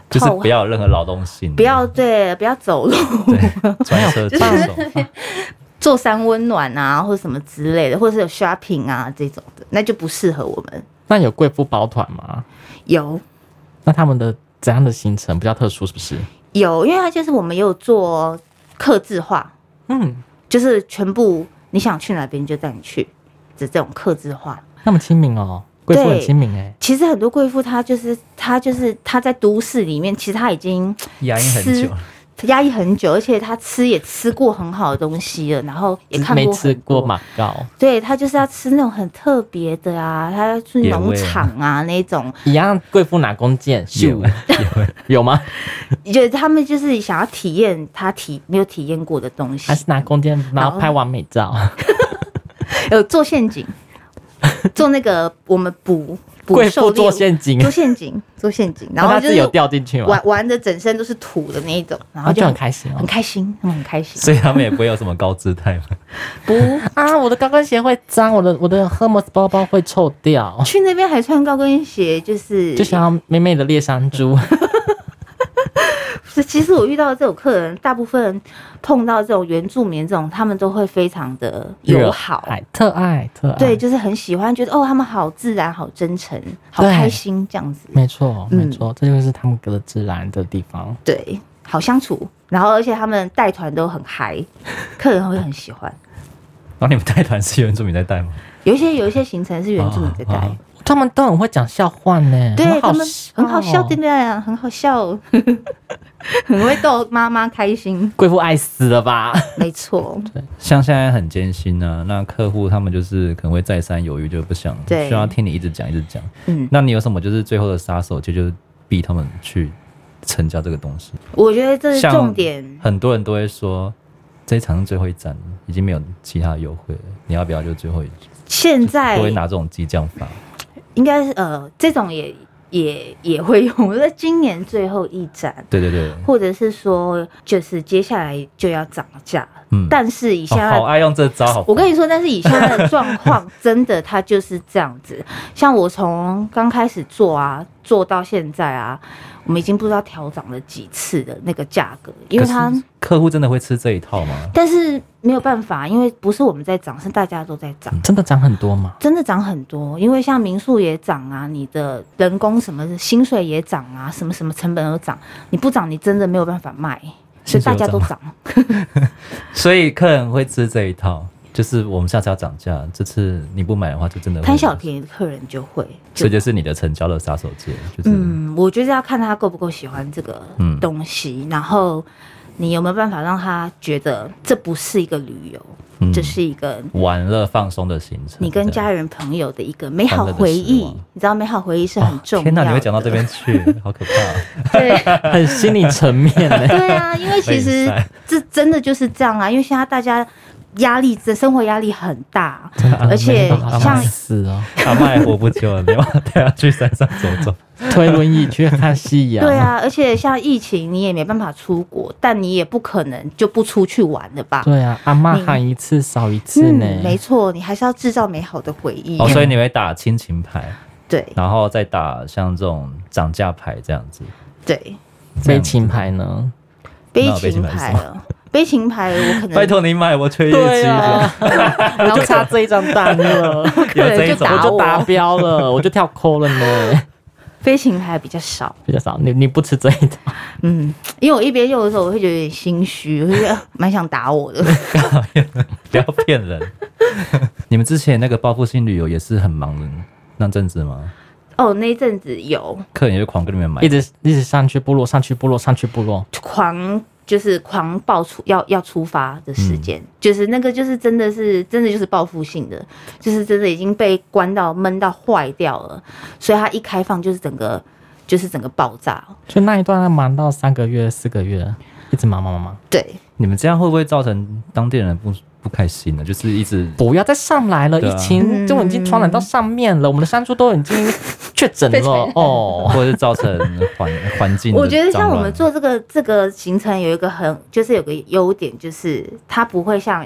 Speaker 2: 就是
Speaker 1: 泡
Speaker 2: 不要有任何劳动性，
Speaker 1: 不要对，不要走路，
Speaker 2: 对
Speaker 1: [LAUGHS]
Speaker 2: 专车接送。
Speaker 1: 坐山温暖啊，或者什么之类的，或者是有 shopping 啊这种的，那就不适合我们。
Speaker 3: 那有贵妇抱团吗？
Speaker 1: 有
Speaker 3: 那他们的怎样的行程比较特殊？是不是？
Speaker 1: 有，因为它就是我们也有做客制化，
Speaker 3: 嗯，
Speaker 1: 就是全部你想去哪边就带你去，只这种客制化。
Speaker 3: 那么亲民哦，贵妇很
Speaker 1: 对
Speaker 3: 亲民哎、
Speaker 1: 其实很多贵妇她就是她就是她在都市里面，其实她已经
Speaker 2: 压抑很久，
Speaker 1: 压抑很久，而且她吃也吃过很好的东西了，然后也看过
Speaker 3: 没
Speaker 1: 很
Speaker 3: 吃过
Speaker 1: 多
Speaker 3: 马告，
Speaker 1: 对她就是要吃那种很特别的啊，她要去
Speaker 2: 野
Speaker 1: 农
Speaker 2: 味
Speaker 1: 场啊那
Speaker 3: [LAUGHS]
Speaker 1: 种，
Speaker 3: 一样贵妇拿弓箭
Speaker 2: 也
Speaker 3: 咻
Speaker 2: 会，也会
Speaker 3: 有吗？
Speaker 1: 就是他们就是想要体验她体没有体验过的东
Speaker 3: [LAUGHS]
Speaker 1: 西
Speaker 3: 还，是拿弓箭然后拍完美照？
Speaker 1: 有做陷阱，做那个我们捕捕
Speaker 3: 贵
Speaker 1: 兽
Speaker 3: 妇
Speaker 1: 猎
Speaker 3: 做
Speaker 1: 物
Speaker 3: 陷阱，
Speaker 1: 做陷阱做陷阱，然
Speaker 3: [LAUGHS] 那
Speaker 1: 后
Speaker 3: 她
Speaker 1: 就
Speaker 3: 自己有
Speaker 1: 是
Speaker 3: 掉进去吗
Speaker 1: 玩？玩的整身都是土的那一种，然
Speaker 3: 然
Speaker 1: 后
Speaker 3: 后就
Speaker 1: 就
Speaker 3: 很开心
Speaker 1: 很
Speaker 3: 哦。
Speaker 1: 开心，他们很开心。
Speaker 2: 所以他们也不会有什么高姿态嘛。
Speaker 1: 不
Speaker 3: 啊，我的高跟鞋会脏，我的我的 Hermes 包包会臭掉，
Speaker 1: 去那边还穿高跟鞋，就是
Speaker 3: 就想要美美的猎山猪。
Speaker 1: 是其实我遇到的这种客人，大部分碰到这种原住民这种，他们都会非常的友好，
Speaker 3: 爱嗯特爱特爱，
Speaker 1: 对，，就是很喜欢，觉得哦，他们好自然、好真诚、好
Speaker 3: 对
Speaker 1: 开心这样子，
Speaker 3: 没错
Speaker 1: 嗯
Speaker 3: 没错，这就是他们格自然的地方。
Speaker 1: 对，好相处。然后而且他们带团都很嗨，客人会很喜欢。
Speaker 2: 然后你们带团是原住民在带吗？
Speaker 1: 有一些有一些行程是原住民在带，
Speaker 2: 啊啊
Speaker 3: 他们都很会讲笑话呢，
Speaker 1: 对他
Speaker 3: 很好
Speaker 1: 们很好笑，对不对啊？很好笑 [LAUGHS] 哦，很会逗妈妈开心，
Speaker 3: 贵妇爱死
Speaker 1: [LAUGHS]
Speaker 3: 了吧？
Speaker 1: 没错。
Speaker 2: 像现在很艰辛啊，那客户他们就是可能会再三犹豫，就不想
Speaker 1: 对
Speaker 2: 需要听你一直讲一直讲。
Speaker 1: 嗯
Speaker 2: 那你有什么就是最后的杀手锏，就是逼他们去成交这个东西？
Speaker 1: 我觉得这是
Speaker 2: 像
Speaker 1: 重点，
Speaker 2: 很多人都会说，这一场是最后一站了，已经没有其他优惠了，你要不要就最后一站？
Speaker 1: 现在
Speaker 2: 都会拿这种激将法。
Speaker 1: 应该是呃，这种也也也会用。我觉得今年最后一展，
Speaker 2: 对对对，
Speaker 1: 或者是说，就是接下来就要涨价，
Speaker 2: 嗯，
Speaker 1: 但是以
Speaker 2: 哦
Speaker 1: 现在。
Speaker 2: 好爱用这招，好
Speaker 1: 我跟你说，但是以现在的状况，真的它就是这样子。像我从刚开始做啊，做到现在啊，我们已经不知道调涨了几次的那个价格，因为它
Speaker 2: 可是客户真的会吃这一套吗？
Speaker 1: 但是没有办法，因为不是我们在涨，是大家都在涨。
Speaker 3: 真的涨很
Speaker 1: [LAUGHS]
Speaker 3: 多吗？
Speaker 1: 真的涨很多，因为像民宿也涨啊，你的人工什么的薪水也涨啊，什么什么成本都涨，你不涨你真的没有办法卖，所以大家都涨。
Speaker 2: 所以客人会吃这一套，就是我们下次要涨价，这次你不买的话，就真的会
Speaker 1: 贪小便宜的客人就会。就
Speaker 2: 所以就是你的成交的杀手锏，就是、
Speaker 1: 嗯，我觉得要看他够不够喜欢这个
Speaker 2: 嗯
Speaker 1: 东西，然后你有没有办法让他觉得这不是一个旅游，
Speaker 2: 嗯
Speaker 1: 这是一个
Speaker 2: 玩乐放松的行程。
Speaker 1: 你跟家
Speaker 2: 人
Speaker 1: 人朋友的一个美好
Speaker 2: 欢乐的
Speaker 1: 回
Speaker 2: 时
Speaker 1: 忆
Speaker 2: 光。哦
Speaker 1: 你知道，美好回忆是很重要的。
Speaker 2: 天哪，你会讲到这边去，好可
Speaker 1: [LAUGHS]
Speaker 2: 怕！
Speaker 1: 对。
Speaker 3: 很心理层面
Speaker 1: [LAUGHS]
Speaker 3: 的。
Speaker 1: 对啊，因为其实这真的就是这样啊，因为现在大家压力，这生活压力很大，而且
Speaker 3: 好
Speaker 1: 像
Speaker 3: 死哦，
Speaker 2: 阿妈也活不久了，你要带她去山上走
Speaker 1: [LAUGHS]
Speaker 2: 走。
Speaker 3: 推轮椅去看夕阳。
Speaker 1: 对，啊，而且像疫情，你也没办法出国，但你也不可能就不出去玩了吧？
Speaker 3: 对啊，阿妈
Speaker 1: 你嗯
Speaker 3: 喊一次少一次呢。
Speaker 1: 没错，你还是要制造美好的回忆。
Speaker 2: 哦，所以你会打亲情牌，
Speaker 1: 对
Speaker 2: 然后再打像这种涨价牌这样子。
Speaker 1: 对，
Speaker 3: 悲情牌
Speaker 1: [LAUGHS]
Speaker 3: 呢？
Speaker 1: 悲
Speaker 2: 那我悲
Speaker 1: 情
Speaker 2: 情牌是
Speaker 1: 牌
Speaker 2: 什么
Speaker 1: 了，悲情牌我可能
Speaker 2: 拜托你买，我缺业绩。
Speaker 3: 啊，
Speaker 1: 然
Speaker 3: 我
Speaker 1: 后
Speaker 3: 就差这一张单了，
Speaker 1: 客
Speaker 2: 有这一
Speaker 1: 人就
Speaker 2: 种
Speaker 1: 打
Speaker 3: [LAUGHS] 我就达
Speaker 1: 我，
Speaker 3: 标了，我就跳扣了呢。
Speaker 1: [LAUGHS] 悲情牌比较少。
Speaker 3: 比较少，你你不吃这一套，
Speaker 1: 嗯，因为我一边用的时候，我会觉得有点心虚，我就觉得啊蛮想打我的。
Speaker 2: 不要骗人。
Speaker 3: [LAUGHS]
Speaker 2: 你们之前那个报复性旅游也是很忙的那阵子吗？
Speaker 1: 哦，那一阵子有，
Speaker 2: 客人也会狂跟你们买
Speaker 3: 一，直一直上去部落，上去部落，上去部落，
Speaker 1: 狂就是狂爆出要要出发的时间，就是那个就是真的是真的就是报复性的，就是真的已经被关到闷到坏掉了，所以它一开放就是整个就是整个爆炸，
Speaker 3: 就那一段忙到三个月、四个月，一直忙忙忙忙，
Speaker 1: 对，
Speaker 2: 你们这样会不会造成当地人不不开心呢？就是一直
Speaker 3: 不要再上来了，
Speaker 2: 对啊
Speaker 3: 疫
Speaker 1: 嗯
Speaker 3: 情就已经传染到上面了，我们的山猪都已经确诊
Speaker 1: 被传染
Speaker 3: 了 [LAUGHS] 哦。
Speaker 2: 或者是造成
Speaker 3: [LAUGHS]
Speaker 2: 环环境的
Speaker 1: 我觉得像
Speaker 2: 脏
Speaker 1: 我
Speaker 2: 乱
Speaker 1: 们做这个这个行程有一个很，就是有个优点，就是它不会像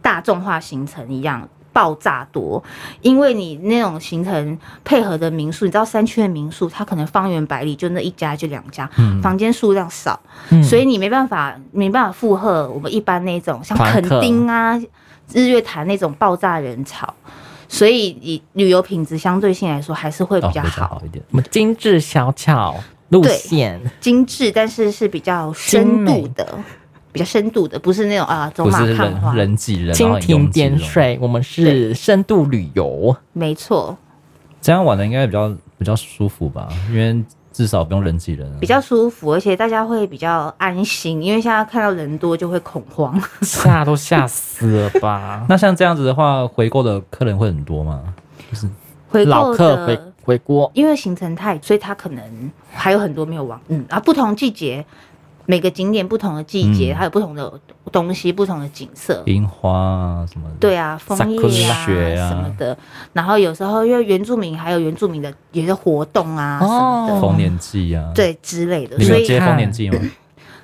Speaker 1: 大众化行程一样爆炸多，因为你那种行程配合的民宿，你知道山区的民宿，它可能方圆百里就那一家就两家，
Speaker 2: 嗯
Speaker 1: 房间数量少，
Speaker 3: 嗯
Speaker 1: 所以你没办法没办法负荷我们一般那种像
Speaker 3: 团
Speaker 1: 垦
Speaker 3: 客
Speaker 1: 丁啊、日月潭那种爆炸人潮。所以你旅游品质相对性来说还是会比
Speaker 2: 哦
Speaker 1: 较
Speaker 2: 会
Speaker 1: 好，
Speaker 2: 好一点。
Speaker 3: 我们精致小巧路线，
Speaker 1: 精致，但是是比较深度的，比较深度的，不是那种啊走
Speaker 2: 不
Speaker 1: 马
Speaker 2: 是
Speaker 1: 看花
Speaker 2: 人。人挤人，然后
Speaker 3: 蜻
Speaker 2: 很拥挤
Speaker 3: 蜓
Speaker 2: 这
Speaker 3: 点
Speaker 2: 种
Speaker 3: 水，我们是深度旅游。
Speaker 1: 没错，
Speaker 2: 这样玩的应该比较比较舒服吧？因为至少不用人挤人啊，？
Speaker 1: 比较舒服，而且大家会比较安心，因为现在看到人多就会恐慌。
Speaker 3: 吓都吓死了吧
Speaker 2: 那像这样子的话，回购的客人会很多吗？就是
Speaker 1: 回
Speaker 3: 老
Speaker 1: 购
Speaker 3: 客回
Speaker 1: 的，
Speaker 3: 回锅，
Speaker 1: 因为行程太，所以他可能还有很多没有玩。嗯啊，不同季节，每个景点不同的季节，
Speaker 2: 嗯
Speaker 1: 还有不同的东西，不同的景色。
Speaker 2: 樱花啊什么的。
Speaker 1: 对啊，枫叶啊
Speaker 2: Sakura 啊
Speaker 1: 什么的，然后有时候因为原住民还有原住民的有些活动啊什么的，
Speaker 3: 哦
Speaker 2: 丰年祭啊，，
Speaker 1: 对之类的，
Speaker 2: 你
Speaker 1: 所
Speaker 2: 们
Speaker 1: 以
Speaker 2: 有接丰年祭吗？ [COUGHS]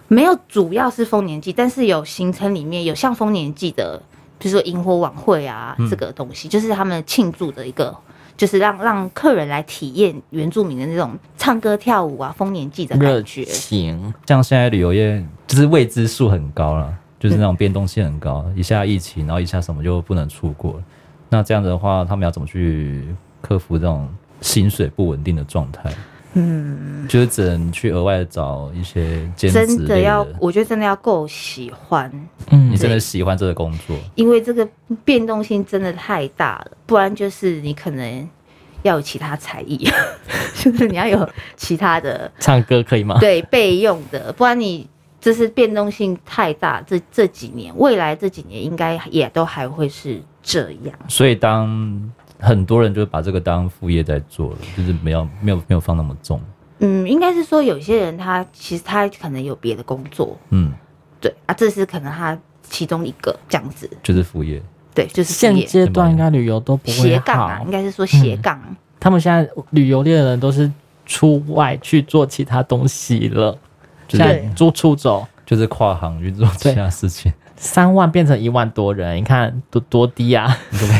Speaker 1: 没有，主要是丰年祭，但是有行程里面有像丰年祭的，比如说萤火晚会啊，这个东西就是他们庆祝的一个，就是让让客人来体验原住民的那种唱歌跳舞啊，丰年祭的
Speaker 3: 热
Speaker 1: 感觉。
Speaker 3: 情。
Speaker 2: 像现在旅游业就是未知数很高了，就是那种变动性很高，一下疫情，然后一下什么就不能出国了。那这样子的话，他们要怎么去克服这种薪水不稳定的状态？嗯，就是只能去额外找一些兼职
Speaker 1: 真的
Speaker 2: 类嗯
Speaker 1: 要，我觉得真的要够喜欢，
Speaker 3: 嗯
Speaker 2: 你，真的喜欢这个工作，
Speaker 1: 因为这个变动性真的太大了，不然就是你可能要有其他才艺， [LAUGHS] 就是你要有其他的
Speaker 3: 唱歌可以 [LAUGHS] 吗？
Speaker 1: 对备用的，不然你这是变动性太大。这这几年，未来这几年应该也都还会是这样。
Speaker 2: 所以当很多人就把这个当副业在做了，就是没有没有没有放那么重，
Speaker 1: 嗯，应该是说有些人他其实他可能有别的工作，
Speaker 2: 嗯，
Speaker 1: 对啊，这是可能他其中一个这样子，
Speaker 2: 就是副业。
Speaker 1: 对，就是
Speaker 3: 现
Speaker 1: 业
Speaker 3: 阶段应该旅游都不会
Speaker 1: 斜杠啊，
Speaker 3: 好嗯
Speaker 1: 应，该是说斜杠。啊
Speaker 3: 他们现在旅游猎人都是出外去做其他东西了，
Speaker 2: 就
Speaker 3: 现
Speaker 2: 是
Speaker 3: 在租出走
Speaker 2: 就是跨行去做其他事情，
Speaker 3: 三万变成一万多人，你看多多低啊！
Speaker 2: 你都被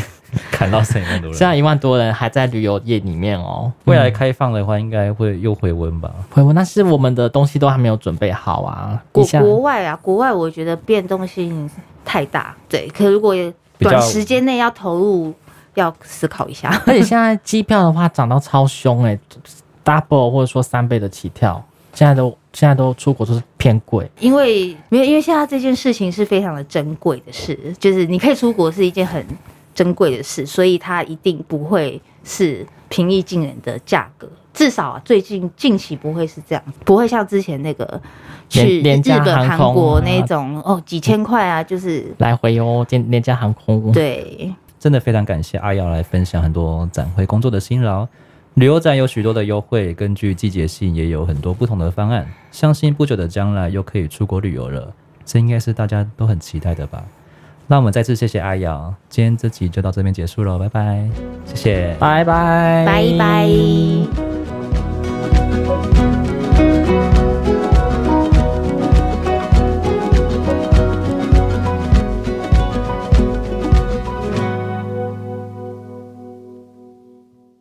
Speaker 2: 砍到剩很多
Speaker 3: 现在
Speaker 2: 人。
Speaker 3: 一万多人还在旅游业里面哦。
Speaker 2: 未来开放的话，应该会又回温吧？
Speaker 3: 回文，但是我们的东西都还没有准备好啊。
Speaker 1: 国
Speaker 3: 你像 [LAUGHS]
Speaker 1: 国外啊，国外我觉得变动性太大，对。可如果
Speaker 2: 比较
Speaker 1: 短时间内要投入，要思考一下。
Speaker 3: 欸而且现在机票的话涨到超凶哎、d o u b l e 或者说三倍的起跳，现在都现在都出国都是偏贵，
Speaker 1: 因为没有，因为现在这件事情是非常的珍贵的事，就是你可以出国是一件很珍贵的事，所以它一定不会是平易近人的价格。至少、啊、最近近期不会是这样，不会像之前那个去
Speaker 3: 廉廉
Speaker 1: 日
Speaker 3: 价
Speaker 1: 本、
Speaker 3: 航
Speaker 1: 韩
Speaker 3: 空
Speaker 1: 国
Speaker 3: 啊
Speaker 1: 那种哦几千块啊，就是
Speaker 3: 来回哦，廉廉价航空。
Speaker 1: 对，
Speaker 2: 真的非常感谢阿耀来分享很多展会工作的辛劳。旅游展有许多的优惠，根据季节性也有很多不同的方案。相信不久的将来又可以出国旅游了，这应该是大家都很期待的吧？那我们再次谢谢阿耀，今天这集就到这边结束了，拜拜，谢谢，
Speaker 3: 拜拜，
Speaker 1: 拜拜。